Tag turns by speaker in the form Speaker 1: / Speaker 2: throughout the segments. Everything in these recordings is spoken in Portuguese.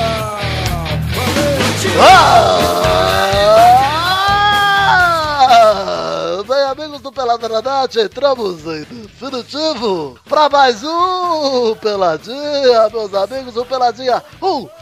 Speaker 1: Está
Speaker 2: Ah! Bem, amigos do Pelada na Net, entramos em definitivo para mais um Peladinha, meus amigos, um Peladinha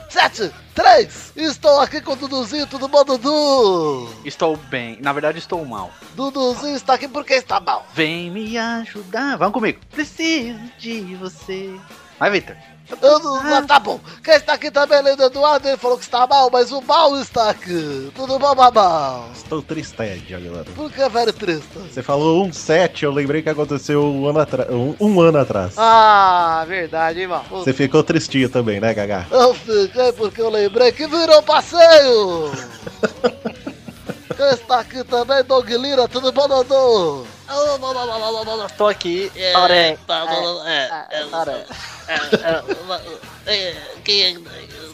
Speaker 2: 173. Estou aqui com o Duduzinho, tudo bom, Dudu?
Speaker 3: Estou bem. Na verdade, estou mal.
Speaker 2: Duduzinho está aqui porque está mal.
Speaker 3: Vem me ajudar. Vamos comigo. Preciso de você. Vai, Victor.
Speaker 2: Eu não- ah, tá bom. Quem está aqui também é o Eduardo, ele falou que está mal, mas o mal está aqui. Tudo bom, Babal?
Speaker 4: Estou triste, galera.
Speaker 2: Por que é velho triste?
Speaker 4: Você falou um 7, eu lembrei que aconteceu um ano, atra- um, um ano atrás.
Speaker 2: Ah, verdade, hein, mal.
Speaker 4: Você ficou tristinho também, né, Gagá?
Speaker 2: Eu fiquei porque eu lembrei que virou um passeio! Quem está aqui também, Doug Lira, tudo bom, Dodô?
Speaker 5: Tô aqui. É,
Speaker 2: Ore.
Speaker 5: tá, é, é, é, é, é, quem é-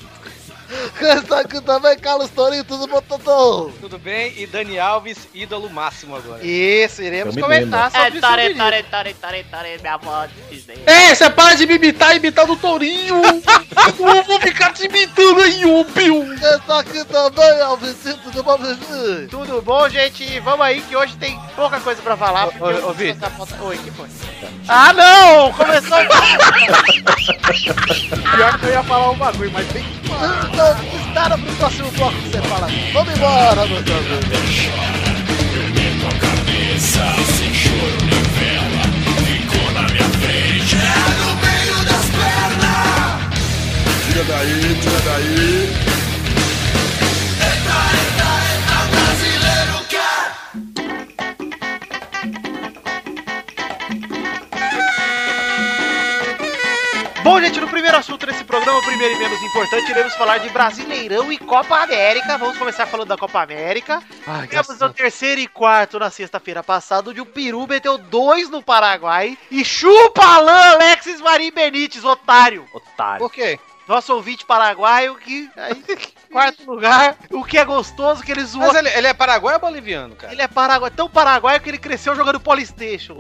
Speaker 2: Quem está aqui também, Carlos Torinho, tudo bom, Dodô?
Speaker 6: Tudo bem? E Dani Alves, ídolo máximo agora.
Speaker 7: Isso,
Speaker 4: Eu
Speaker 7: iremos
Speaker 4: me
Speaker 7: comentar sobre
Speaker 5: É, tare,
Speaker 7: isso.
Speaker 5: tare, tare, tare, tare, minha avó de Disney.
Speaker 7: É, você para de me imitar e imitar do Tourinho! Eu vou ficar te imitando aí, ô Bill!
Speaker 2: Quem está aqui também, Alvicinho, tudo bom, Vivi?
Speaker 7: Tudo bom, gente? Vamos aí que hoje tem pouca coisa pra falar. porque
Speaker 6: ô,
Speaker 7: eu
Speaker 6: ô,
Speaker 7: preciso botar
Speaker 6: Vitor.
Speaker 7: pauta- Oi, que foi? Ah, não! Começou... Pior que eu ia falar um bagulho, mas tem que...
Speaker 2: Então, espera pro próximo bloco que você fala. Vamos embora, meu Deus.
Speaker 1: Tira daí, tira daí.
Speaker 7: Bom, gente, no primeiro assunto desse programa, o primeiro e menos importante, iremos falar de Brasileirão e Copa América. Vamos começar falando da Copa América.
Speaker 6: Ai,
Speaker 7: Tivemos o terceiro e quarto na sexta-feira passada, onde o Peru meteu dois no Paraguai. E chupa Alain Alexis Marim Benítez, otário!
Speaker 3: Otário.
Speaker 6: Por quê?
Speaker 7: Nosso ouvinte paraguaio que. aí, quarto lugar. O que é gostoso que ele zoou.
Speaker 6: Mas ele, ele é paraguaio ou boliviano, cara?
Speaker 7: Ele é paraguaio, tão paraguaio que ele cresceu jogando Polystation.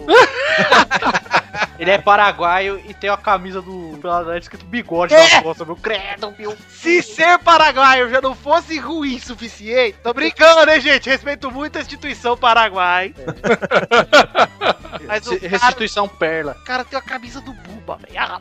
Speaker 3: Ele é paraguaio e tem a camisa do Peladão escrito bigode
Speaker 7: É.
Speaker 3: na costa, meu credo, meu.
Speaker 7: Se ser paraguaio já não fosse ruim o suficiente. Tô brincando, hein, gente? Respeito muito a instituição Paraguai.
Speaker 6: É.
Speaker 7: Mas o
Speaker 3: Se-
Speaker 7: cara,
Speaker 3: Restituição perla.
Speaker 7: o cara tem a camisa do Buba, velho. Ah,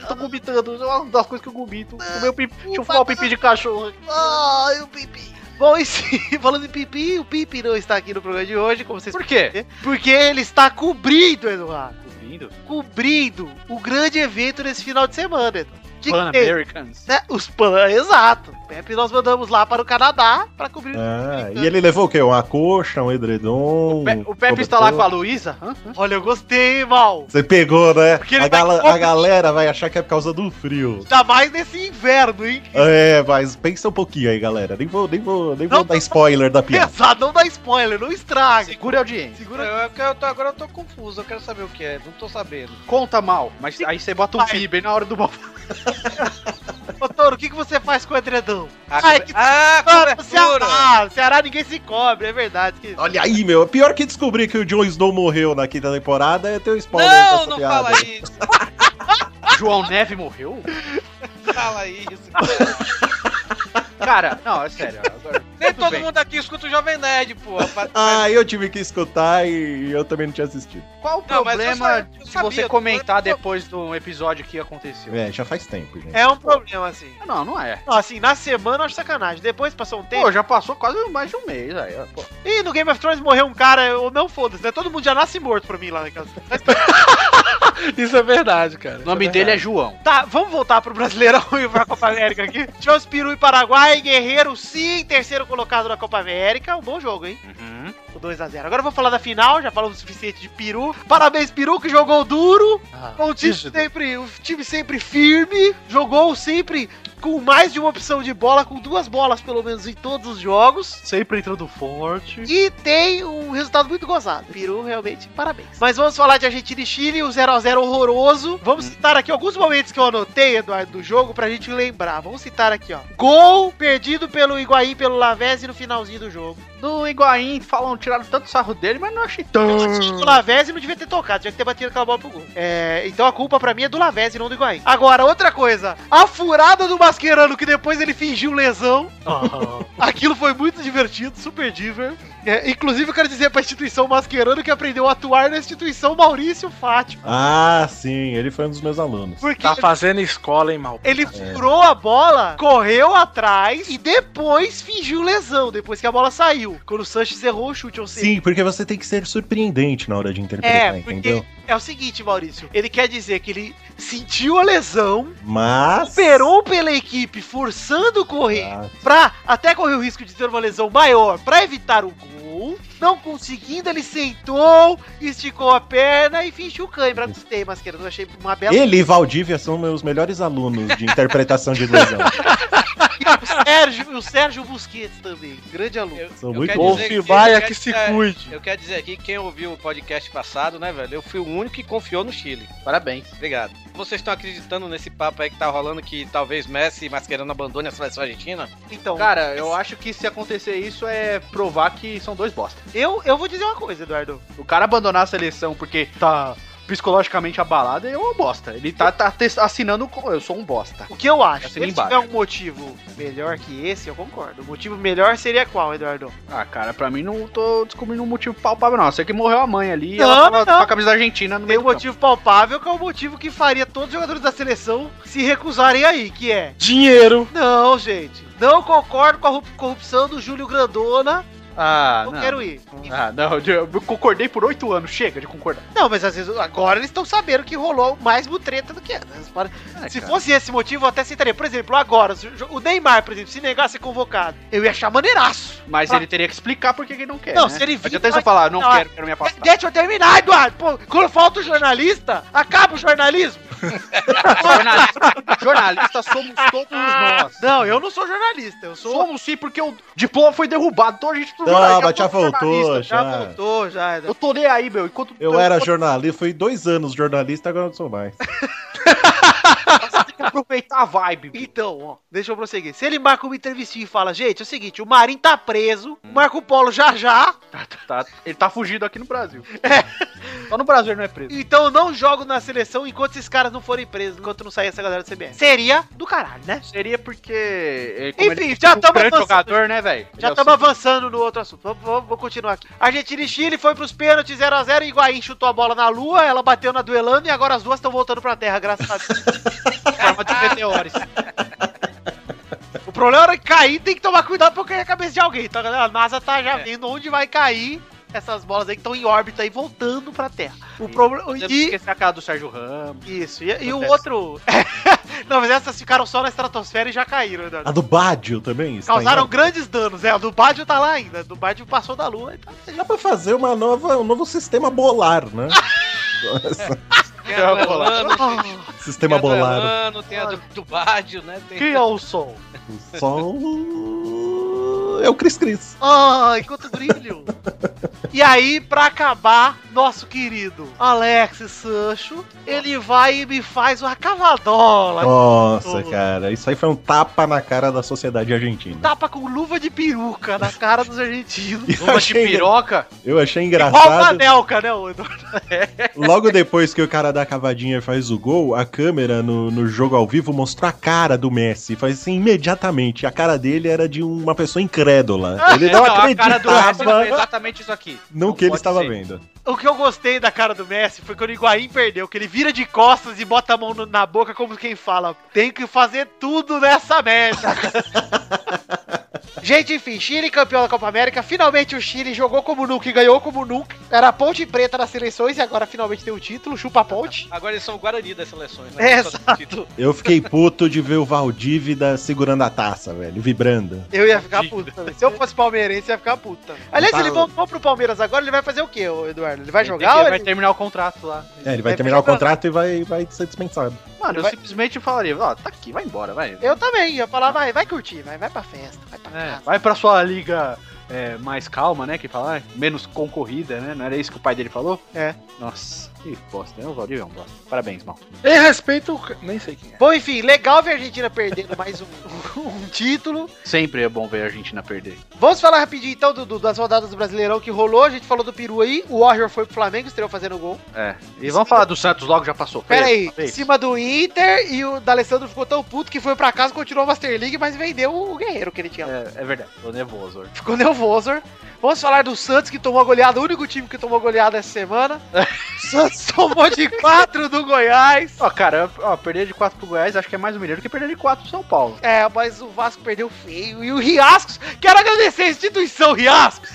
Speaker 3: Eu tô vomitando, é uma das coisas que eu vomito.
Speaker 6: Ah.
Speaker 3: O meu pipi, deixa eu falar o pipi de cachorro. aqui.
Speaker 2: Ai, o Pipi.
Speaker 7: Bom, e sim, falando em Pipi, o Pipi não está aqui no programa de hoje, como vocês
Speaker 6: Por quê?
Speaker 7: podem ver, porque ele está cobrindo, Eduardo.
Speaker 3: Lindo.
Speaker 7: Cobrindo o grande evento nesse final de semana, Eduardo. De
Speaker 3: Pan
Speaker 6: é?
Speaker 7: que-
Speaker 3: Americans.
Speaker 7: né, os Pan, exato. Pepe nós mandamos lá para o Canadá para cobrir.
Speaker 4: Ah,
Speaker 7: tá?
Speaker 4: e ele levou o quê? Uma coxa, um edredom.
Speaker 3: O, Pe o Pepe está lá com a Luísa? Hã?
Speaker 7: Olha, eu gostei, mal.
Speaker 4: Você pegou, né?
Speaker 7: Porque ele
Speaker 4: A,
Speaker 7: vai
Speaker 4: gala-
Speaker 7: com-
Speaker 4: a galera vai achar que é por causa do frio.
Speaker 7: Ainda mais nesse inverno, hein?
Speaker 4: É, mas pensa um pouquinho aí, galera. Nem vou, nem vou, nem vou
Speaker 7: Não,
Speaker 4: dar spoiler da piada.
Speaker 7: Pesado, não dá spoiler, não estraga.
Speaker 3: Segura a audiência.
Speaker 6: Eu,
Speaker 7: Segura.
Speaker 6: eu, eu tô, agora eu tô confuso, eu quero saber o que é, não tô sabendo.
Speaker 3: Conta mal, mas aí você bota um
Speaker 7: Vai.
Speaker 3: pi bem na hora do mal.
Speaker 7: Ô, Toro, o que, que você faz com o edredom?
Speaker 6: A
Speaker 7: Ai, que-
Speaker 6: Ah,
Speaker 7: Ah, no
Speaker 6: cobertura!
Speaker 7: Ceará, Ceará ninguém se cobre, é verdade. Que...
Speaker 4: Olha aí, meu. é Pior que descobrir que o Jon Snow morreu na quinta temporada é ter um spoiler
Speaker 6: Não,
Speaker 4: dessa
Speaker 6: não
Speaker 4: piada.
Speaker 6: fala isso,
Speaker 3: João Neve morreu?
Speaker 6: não fala isso.
Speaker 3: Cara, não, é sério. agora-
Speaker 6: Nem
Speaker 3: Tudo
Speaker 6: todo
Speaker 3: bem.
Speaker 6: mundo aqui escuta o Jovem Nerd, pô. rapaz.
Speaker 4: Ah, eu tive que escutar e eu também não tinha assistido.
Speaker 3: Qual o
Speaker 6: Não, mas eu
Speaker 3: problema
Speaker 6: sa- eu
Speaker 3: de
Speaker 6: sabia,
Speaker 3: você
Speaker 6: eu-
Speaker 3: comentar
Speaker 6: eu-
Speaker 3: depois do episódio que aconteceu?
Speaker 4: É, já faz tempo, gente.
Speaker 7: É um problema, assim.
Speaker 3: Ah, Não, não é.
Speaker 7: Não, assim, na semana eu acho sacanagem. Depois passou um tempo.
Speaker 3: Pô, já passou quase mais de um mês aí. ó, pô.
Speaker 7: Ih, no Game of Thrones morreu um cara, ou não foda-se, né? Todo mundo já nasce morto pra mim lá naquela.
Speaker 6: Isso é verdade, cara.
Speaker 3: O nome dele é João.
Speaker 7: Tá, vamos voltar pro Brasileirão e pra Copa América aqui. Tivemos Peru e Paraguai, Guerreiro, sim, terceiro colocado na Copa América. Um bom jogo, hein? O 2x0. Agora eu vou falar da final, já falamos o suficiente de Peru. Parabéns, Peru, que jogou duro. com o time sempre, o time sempre firme, jogou sempre com mais de uma opção de bola, com duas bolas pelo menos em todos os jogos.
Speaker 3: Sempre entrando forte.
Speaker 7: E tem um resultado muito gozado. Peru, realmente, parabéns. Mas vamos falar de Argentina e Chile, um o 0x0 horroroso. Vamos citar aqui alguns momentos que eu anotei, Eduardo, do jogo, pra gente lembrar. Vamos citar aqui, ó. Gol perdido pelo Higuaín, pelo Lavezzi no finalzinho do jogo.
Speaker 3: Do Higuaín, falam, tiraram tanto sarro dele, mas não achei tão.
Speaker 5: Hum.
Speaker 7: O Lavezzi não devia ter tocado, tinha que ter batido aquela bola pro gol. É, então a culpa pra mim é do Lavezzi, não do Higuaín. Agora, outra coisa. A furada do Mascherano, que depois ele fingiu lesão.
Speaker 3: é
Speaker 7: Aquilo foi muito divertido, super diver. É, inclusive, eu quero dizer pra instituição Mascherano que aprendeu a atuar na instituição Maurício Fátio.
Speaker 4: Ah, sim, ele foi um dos meus alunos.
Speaker 7: Porque
Speaker 6: Tá fazendo escola, hein, mal.
Speaker 7: ele furou a bola, correu atrás e depois fingiu lesão, depois que a bola saiu. Quando o Sanches errou o chute, ou seja,
Speaker 4: Sim, porque você tem que ser surpreendente na hora de
Speaker 7: É,
Speaker 4: interpretar,
Speaker 7: porque
Speaker 4: entendeu?
Speaker 7: é o seguinte, Maurício. Ele quer dizer que ele sentiu a lesão,
Speaker 4: Mas.
Speaker 7: operou pela equipe, forçando correr,
Speaker 4: Ah,
Speaker 7: pra até correr o risco de ter uma lesão maior, pra evitar o gol. Não conseguindo, ele sentou, esticou a perna e fingiu o cãibra. Gostei, Masqueira, eu achei uma bela.
Speaker 4: Ele e Valdívia são meus melhores alunos de interpretação de lesão.
Speaker 7: o Sérgio, o Sérgio Busquets também, grande aluno.
Speaker 6: Eu,
Speaker 4: Sou
Speaker 6: eu
Speaker 4: muito
Speaker 6: quero
Speaker 4: bom.
Speaker 6: dizer
Speaker 3: Ouve, vai,
Speaker 6: eu
Speaker 3: é
Speaker 6: quero
Speaker 3: que se
Speaker 6: dizer-
Speaker 3: cuide.
Speaker 6: Eu quero dizer aqui, quem ouviu o podcast passado, né, velho? Eu fui o único que confiou no Chile.
Speaker 3: Parabéns.
Speaker 6: Obrigado. Vocês estão acreditando nesse papo aí que tá rolando que talvez Messi e Mascherano abandone a seleção argentina?
Speaker 7: Então,
Speaker 3: Cara, eu acho que se acontecer isso é provar que são dois bosta.
Speaker 7: eu, eu vou dizer uma coisa, Eduardo.
Speaker 3: O cara abandonar a seleção porque tá psicologicamente abalado é uma bosta. Ele tá, tá te- assinando com eu sou um bosta.
Speaker 7: O que eu acho? Se
Speaker 3: Assina
Speaker 7: ele
Speaker 3: embaixo.
Speaker 7: tiver um motivo melhor que esse, eu concordo. O motivo melhor seria qual, Eduardo?
Speaker 3: Ah, cara, pra mim não tô descobrindo um motivo palpável, não. Eu sei que morreu a mãe ali e
Speaker 7: Não,
Speaker 3: ela tava
Speaker 7: não.
Speaker 3: com a camisa da Argentina no
Speaker 7: Tem
Speaker 3: meio
Speaker 7: um
Speaker 3: do motivo.
Speaker 7: motivo palpável que é o motivo que faria todos os jogadores da seleção se recusarem aí, que é.
Speaker 6: Dinheiro!
Speaker 7: Não, gente. Não concordo com a ru- corrupção do Júlio Grandona.
Speaker 3: Ah,
Speaker 7: não, quero ir.
Speaker 3: Ah, não, eu eu concordei por oito anos, chega de concordar.
Speaker 7: Não, mas às vezes agora eles estão sabendo que rolou mais mutreta do que antes. Para- se fosse esse motivo, eu até aceitaria. Por exemplo, agora, se o jo- o Neymar, por exemplo, se negar a ser convocado, eu ia achar maneiraço.
Speaker 3: Mas
Speaker 7: Ah.
Speaker 3: ele teria que explicar por que que ele não quer.
Speaker 7: Não,
Speaker 3: né?
Speaker 7: se ele vir-
Speaker 3: Não adianta ele só falar, não,
Speaker 7: Não,
Speaker 3: quero, quero me
Speaker 7: De-
Speaker 3: afastar.
Speaker 7: Deixa eu terminar, Eduardo. Pô, quando falta o jornalista, acaba o jornalismo.
Speaker 3: jornalista, jornalista somos todos nós.
Speaker 7: Não, eu não sou jornalista. Eu sou.
Speaker 3: Somos sim, porque o diploma foi derrubado, então a gente
Speaker 4: Não,
Speaker 5: é
Speaker 3: vai-
Speaker 4: mas já
Speaker 3: tô jornalista, já.
Speaker 4: voltou,
Speaker 7: Já
Speaker 4: já.
Speaker 7: voltou, um já. né?
Speaker 3: Eu tô nem aí, meu. Enquanto
Speaker 4: Eu era jornalista, fui dois anos jornalista, agora não sou mais.
Speaker 3: tem que aproveitar a vibe. bicho.
Speaker 7: Então, ó, deixa eu prosseguir. Se ele marca uma entrevistinha e fala, gente, é o seguinte, o Marinho tá preso, o Marco Polo já já,
Speaker 3: Tá- ele tá fugido aqui no Brasil. Só no Brasil ele não é preso.
Speaker 7: então eu não jogo na seleção enquanto esses caras não forem presos, enquanto não sair essa galera do CBF. Seria do caralho, né?
Speaker 3: Seria porque.
Speaker 5: eh,
Speaker 3: ele- como
Speaker 7: Enfim,
Speaker 3: ele-
Speaker 7: já
Speaker 3: um
Speaker 7: tamo
Speaker 3: grande
Speaker 7: avançando.
Speaker 3: jogador, né, velho?
Speaker 5: é
Speaker 7: Já estamos avançando no outro assunto. Vamos, vamos- vou continuar aqui. Argentina e Chile foi pros pênaltis 0x0. Higuaín chutou a bola na lua, ela bateu na duelando e agora as duas estão voltando pra terra, graças a Deus.
Speaker 3: forma de meteores.
Speaker 7: O problema era que cair, tem que tomar cuidado pra não cair a cabeça de alguém. Então, galera, a NASA tá já vendo onde vai cair essas bolas aí que estão em órbita e voltando pra terra. é O problema. E.
Speaker 3: Esquecer a cara do Sérgio Ramos.
Speaker 7: Isso, e, e o
Speaker 3: Acontece.
Speaker 7: outro. não, mas essas ficaram só na estratosfera e já caíram, né?
Speaker 4: A do Bádio também? está em
Speaker 7: Tá Causaram
Speaker 4: ordem?
Speaker 7: grandes danos. É, o do Badio tá lá ainda. O do Badio passou da lua e tá.
Speaker 4: Dá pra fazer uma nova, um novo sistema bolar, né?
Speaker 6: Tem a do Elano,
Speaker 4: sistema
Speaker 6: tem a do
Speaker 4: bolar.
Speaker 6: Elano, tem a do, do Bádio, né? Tem...
Speaker 7: Quem é o sol?
Speaker 4: O sol. É o Cris Cris.
Speaker 7: Ai, quanto brilho! e aí, pra acabar, nosso querido Alex Sancho, ele vai e me faz uma cavadola.
Speaker 4: Nossa,
Speaker 7: Todo.
Speaker 4: cara, isso aí foi um tapa na cara da sociedade
Speaker 6: Tá,
Speaker 4: argentina.
Speaker 7: Tapa com luva de peruca na cara dos argentinos.
Speaker 4: Eu
Speaker 3: Uma de
Speaker 4: achei,
Speaker 3: piroca.
Speaker 4: eu achei
Speaker 7: Igual o
Speaker 4: engraçado.
Speaker 7: Vanelka, né, Odo?
Speaker 4: Logo depois que o cara da cavadinha faz o gol, a câmera no, no jogo ao vivo mostrou a cara do Messi. Faz assim imediatamente. A cara dele era de uma pessoa incrédula. Ele não,
Speaker 6: a cara do Messi foi
Speaker 4: acreditava
Speaker 6: exatamente isso aqui.
Speaker 4: no
Speaker 6: Não
Speaker 4: que ele
Speaker 6: pode
Speaker 4: estava
Speaker 6: ser.
Speaker 4: vendo.
Speaker 7: O que eu gostei da cara do Messi foi quando o Higuaín perdeu, que ele vira de costas e bota a mão no- na boca como quem fala, tem que fazer tudo nessa merda. Gente, enfim, Chile campeão da Copa América. Finalmente o Chile jogou como nunca e ganhou como nunca. Era a ponte preta nas seleções e agora finalmente tem o título, chupa a ponte.
Speaker 6: Agora eles são o Guarani das seleções,
Speaker 7: É,
Speaker 6: Eles só têm título.
Speaker 4: Eu fiquei puto de ver o Valdívida segurando a taça, velho, vibrando.
Speaker 7: Eu ia ficar puto também. Se eu fosse palmeirense, ia ficar puto também. Aliás, se ele voltou pro Palmeiras agora, ele vai fazer o quê, ô Eduardo? Ele vai
Speaker 3: Ele tem que-
Speaker 7: jogar ou
Speaker 3: vai
Speaker 7: ele...
Speaker 3: terminar o contrato lá.
Speaker 4: É, ele vai
Speaker 7: Vai
Speaker 4: terminar o
Speaker 7: ficar-
Speaker 4: contrato e vai, vai ser dispensado.
Speaker 5: Mano, eu
Speaker 7: Vai-
Speaker 5: simplesmente falaria, ó, tá aqui, vai embora, vai.
Speaker 7: Eu também, eu ia falar, vai, vai curtir, vai, vai pra festa, vai pra
Speaker 5: É,
Speaker 7: casa.
Speaker 5: vai pra sua liga é, mais calma, né? Que fala, ah, menos concorrida, né? Não era isso que o pai dele falou?
Speaker 7: É.
Speaker 5: Nossa, que bosta, né? O Valdir é um bosta. Parabéns, mal.
Speaker 6: Em respeito, ao ca- nem sei quem é.
Speaker 7: Bom, enfim, legal ver a Argentina perdendo mais um, um título.
Speaker 5: Sempre é bom ver a Argentina perder.
Speaker 7: Vamos falar rapidinho então, Dudu, das rodadas do Brasileirão que rolou. A gente falou do Peru aí, o Warrior foi pro Flamengo, estreou fazendo gol.
Speaker 5: É. E vamos falar do Santos logo, já passou.
Speaker 7: Pera aí, em
Speaker 5: Fez.
Speaker 7: cima do Inter e o D'Alessandro ficou tão puto que foi pra casa, continuou a Master League, mas vendeu o Guerreiro que ele tinha. lá.
Speaker 5: É, é verdade, tô nervoso. hoje.
Speaker 7: Ficou nervoso. Vamos falar do Santos que tomou a goleada, o único time que tomou goleada essa semana. O Santos tomou de 4 do Goiás.
Speaker 5: Ó, cara, ó, perder de 4 pro Goiás acho que é mais humilhante do que perder de 4 pro São Paulo.
Speaker 7: É, mas o Vasco perdeu feio. E o Riascos, quero agradecer a instituição Riascos.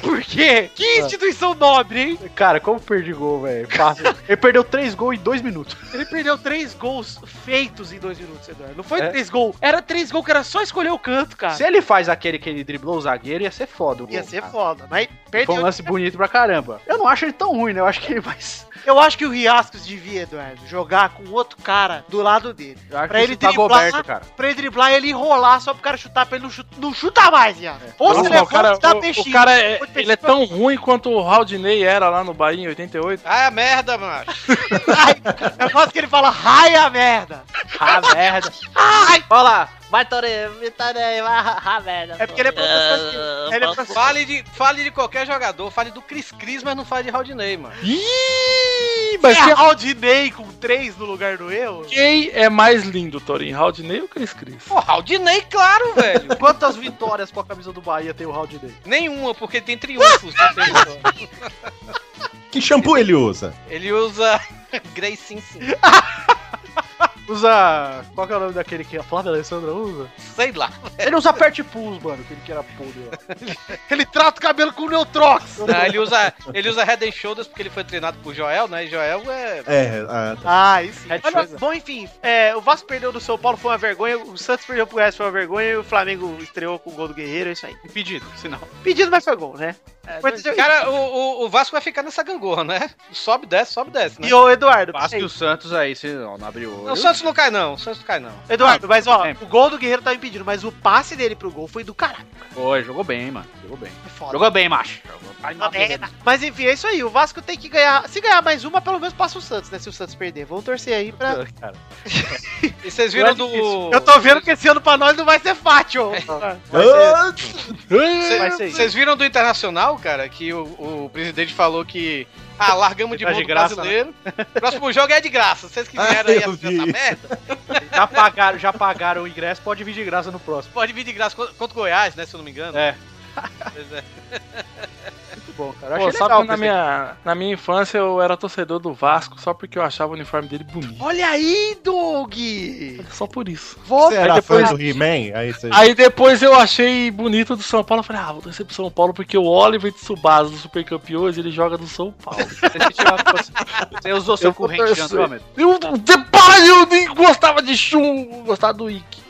Speaker 7: Por quê? Que
Speaker 2: Ah.
Speaker 7: instituição nobre, hein?
Speaker 5: Cara, como perdi gol, velho? Fácil. Ele perdeu 3 gols em 2 minutos.
Speaker 7: Ele perdeu três gols feitos em dois minutos, Eduardo. Não foi
Speaker 5: É.
Speaker 7: três gols. Era três gols que era só escolher o canto, cara.
Speaker 2: é
Speaker 5: Se ele faz aquele que ele driblou o zagueiro, Ah. ia ser foda. o
Speaker 7: Ia
Speaker 5: gol,
Speaker 7: ser
Speaker 5: cara.
Speaker 7: foda, mas
Speaker 5: Foi um
Speaker 7: perdeu.
Speaker 5: lance bonito pra caramba. Eu não acho ele tão ruim, né? Eu acho que ele vai.
Speaker 7: Eu acho que o Riascos devia, Eduardo, jogar com outro cara do lado dele.
Speaker 5: Eu acho
Speaker 7: Pra
Speaker 5: que
Speaker 7: ele
Speaker 5: isso tá
Speaker 7: driblar-
Speaker 5: Goberto, cara.
Speaker 7: Pra ele driblar e ele enrolar só pro cara chutar, pra ele não chutar, não chuta mais, Riascos. Ou se
Speaker 2: É. Nossa,
Speaker 7: levanta
Speaker 2: o cara,
Speaker 7: e dá
Speaker 2: o-
Speaker 7: peixinho.
Speaker 2: o cara é,
Speaker 7: Peixinho.
Speaker 2: ele é tão ruim quanto o Raudinei era lá no Bahia em 88.
Speaker 6: Ah, merda, macho.
Speaker 7: Ai, eu gosto que ele fala, ai a merda.
Speaker 5: Ah, merda.
Speaker 7: Ai,
Speaker 8: Olha lá, vai Tore, Vitória aí, vai, ah, merda.
Speaker 7: É porque ele é professor. Ele é professor.
Speaker 6: Fale de, fale de qualquer jogador, fale do Cris Cris, mas não fale de Raudinei, mano.
Speaker 2: Ih,
Speaker 7: Você
Speaker 2: mas
Speaker 7: é
Speaker 5: ah!
Speaker 2: que-
Speaker 7: Aldinei com três no lugar do eu?
Speaker 2: quem é mais lindo, Torinho? Raudinei ou Cris Cris?
Speaker 6: Pô, Raudinei, claro, velho.
Speaker 5: Quantas vitórias com a camisa do Bahia tem o Round Day?
Speaker 6: Nenhuma, porque ele tem triunfos. né? não tem vitória.
Speaker 4: Que shampoo ele usa?
Speaker 6: ele usa Grey Simpson.
Speaker 5: Usa. Qual que é o nome daquele que a Flávia Alessandra usa?
Speaker 6: Sei lá.
Speaker 5: Ele usa Pert Pools, mano, aquele que era podre. lá.
Speaker 7: Ele trata o cabelo com Neutrox.
Speaker 6: Não, Ah, ele usa, ele usa Head and Shoulders porque ele foi treinado por Joel, né? E Joel é.
Speaker 4: É, a-
Speaker 7: Ah, isso.
Speaker 5: Head
Speaker 7: Olha,
Speaker 5: shoulder.
Speaker 7: bom, enfim, é, o Vasco perdeu do São Paulo, foi uma vergonha. O Santos perdeu pro Goiás, foi uma vergonha. E o Flamengo estreou com o gol do Guerreiro, é isso aí.
Speaker 5: Impedido, sinal.
Speaker 7: Pedido, mas foi gol, né? Mas eu-
Speaker 6: Cara, o, o, o Vasco vai ficar nessa gangorra, né? Sobe, desce, sobe, desce, né?
Speaker 7: E o Eduardo,
Speaker 5: Passa que
Speaker 7: peraí.
Speaker 5: o Santos aí, se não, não abriu o olho.
Speaker 6: O Santos não cai, não. O Santos não cai, não.
Speaker 7: Eduardo, mas ó,
Speaker 5: É.
Speaker 7: o gol do Guerreiro tava impedido, mas o passe dele pro gol foi do caralho.
Speaker 5: Foi, jogou bem, mano. Jogou bem.
Speaker 7: Foi foda.
Speaker 5: Jogou bem, macho. Jogou pra
Speaker 7: Uma merda. Mas enfim, é isso aí. O Vasco tem que ganhar. Se ganhar mais uma, pelo menos passa o Santos, né? Se o Santos perder. Vamos torcer aí pra.
Speaker 5: Cara.
Speaker 6: E vocês viram
Speaker 5: Não é
Speaker 6: do.
Speaker 5: difícil.
Speaker 7: Eu tô vendo que esse ano pra nós não vai ser fácil.
Speaker 6: é
Speaker 4: Ah,
Speaker 5: Vai ser isso.
Speaker 6: Vocês viram do Internacional, cara, que o, o presidente falou que. Ah, largamos de
Speaker 5: Tá
Speaker 6: mão
Speaker 5: de
Speaker 6: do
Speaker 5: graça,
Speaker 6: brasileiro. Próximo jogo é de graça. Vocês quiseram
Speaker 4: Ah,
Speaker 6: aí
Speaker 4: eu
Speaker 6: assistir
Speaker 4: vi.
Speaker 6: essa merda?
Speaker 5: Já pagaram, já pagaram o ingresso, pode vir de graça no próximo.
Speaker 6: Pode vir de graça contra contra o Goiás, né? Se eu não me engano.
Speaker 5: É.
Speaker 6: Pois é.
Speaker 5: Muito bom, cara. Eu
Speaker 2: Pô,
Speaker 5: achei
Speaker 2: sabe
Speaker 5: legal
Speaker 2: que na
Speaker 5: esse-
Speaker 2: minha, na minha infância eu era torcedor do Vasco só porque eu achava o uniforme dele bonito.
Speaker 7: Olha aí, Doug!
Speaker 2: Só por isso.
Speaker 7: Vou
Speaker 4: Você era
Speaker 2: depois-
Speaker 4: fã do He-Man? É Aí você...
Speaker 2: Aí depois eu achei bonito do São Paulo. Eu falei, ah, vou torcer pro São Paulo porque o Oliver de Subasa do Super Campeões ele joga do São Paulo.
Speaker 5: Você sentiu algo que Você você usou seu
Speaker 2: Eu vou
Speaker 5: corrente de
Speaker 2: torcer.
Speaker 5: andômetro.
Speaker 2: Eu, pai, eu nem gostava de Chum, eu gostava do Ike.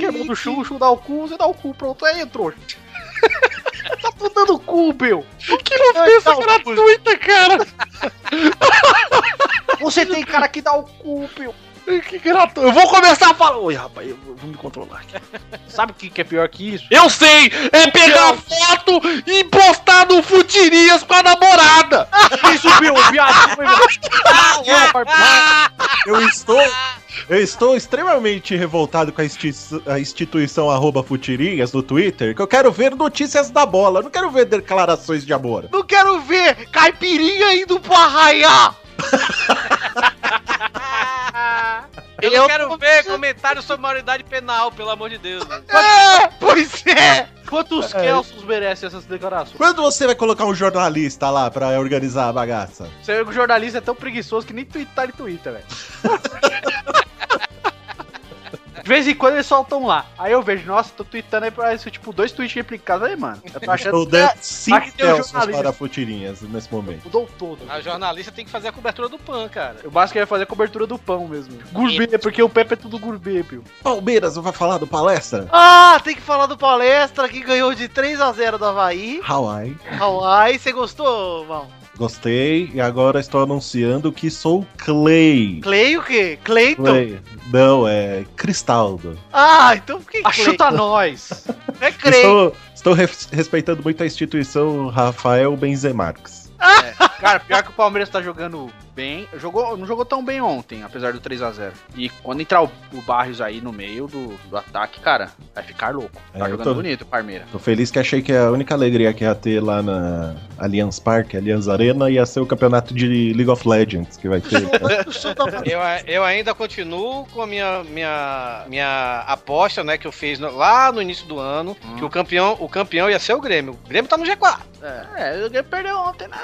Speaker 5: Quebrou é do chu, chu dá o cu, você dá o cu, pronto. Aí entrou. tá tudo dando cu, Bill.
Speaker 2: Que ofensa
Speaker 5: Não,
Speaker 2: gratuita, cara!
Speaker 5: Você tem cara que dá o cu, Bill.
Speaker 2: Que gratuito. Eu vou começar a falar. Oi, rapaz, eu vou me controlar aqui.
Speaker 5: Sabe o que, que é pior que isso?
Speaker 2: Eu sei! É pegar a foto e postar no Futirias com a namorada!
Speaker 5: Isso, Bill, viado. Foi,
Speaker 4: Eu estou. Eu estou extremamente revoltado com a, insti- a instituição arroba Futirinhas no Twitter, que eu quero ver notícias da bola, eu não quero ver declarações de amor.
Speaker 7: Não quero ver caipirinha indo pro arraiá!
Speaker 6: Eu,
Speaker 2: Eu
Speaker 6: não quero ver comentário sobre maioridade penal, pelo amor de Deus. né?
Speaker 7: É, pois é!
Speaker 5: Quantos Kelsos merecem essas declarações?
Speaker 4: Quando você vai colocar um jornalista lá pra organizar a bagaça?
Speaker 5: Seu jornalista é tão preguiçoso que nem twittar ele twitta, velho. De vez em quando eles soltam lá. Aí eu vejo, nossa, tô twittando aí pra isso, tipo, dois tweets replicados aí, mano. Eu tô achando
Speaker 4: Eu
Speaker 5: que
Speaker 4: dei
Speaker 5: é-
Speaker 4: cinco
Speaker 5: aqui tem um
Speaker 4: Celsius
Speaker 5: jornalista.
Speaker 4: para Futirinhas nesse momento.
Speaker 5: mudou todo.
Speaker 6: A jornalista tem que fazer a cobertura do PAN, cara.
Speaker 5: O Basque ia fazer a cobertura do pão mesmo. Gourmet, porque o Pepe é tudo gourmet, Pio.
Speaker 4: Palmeiras, não vai falar do palestra?
Speaker 7: Ah, tem que falar do palestra que ganhou de 3 a 0 do Havaí.
Speaker 4: Hawaii.
Speaker 7: Hawaii, você gostou, Mal?
Speaker 4: Gostei. E agora estou anunciando que sou Clay.
Speaker 7: Clay o quê? Clayton?
Speaker 4: Clay. Não, é Cristaldo.
Speaker 7: Ah, então por que Clay?
Speaker 5: Achuta nós!
Speaker 7: É Clay.
Speaker 4: Estou, estou res- respeitando muito a instituição Rafael Benzemarques.
Speaker 5: Cara, pior que o Palmeiras tá jogando bem. Jogou, não jogou tão bem ontem, apesar do 3 a 0 E quando entrar o, o Barrios aí no meio do, do ataque, cara, vai ficar louco.
Speaker 4: É,
Speaker 5: Tá
Speaker 4: eu
Speaker 5: jogando
Speaker 4: tô-
Speaker 5: bonito o Palmeiras.
Speaker 4: Tô feliz que achei que a única alegria que ia ter lá na Allianz Parque, Allianz Arena, ia ser o campeonato de League of Legends que vai ter.
Speaker 6: Eu, a- eu ainda continuo com a minha, minha, minha aposta, né, que eu fiz no- lá no início do ano,
Speaker 5: Hum.
Speaker 6: que o campeão, o campeão ia ser o Grêmio. O Grêmio tá no G4.
Speaker 5: É, eu perdeu ontem, né?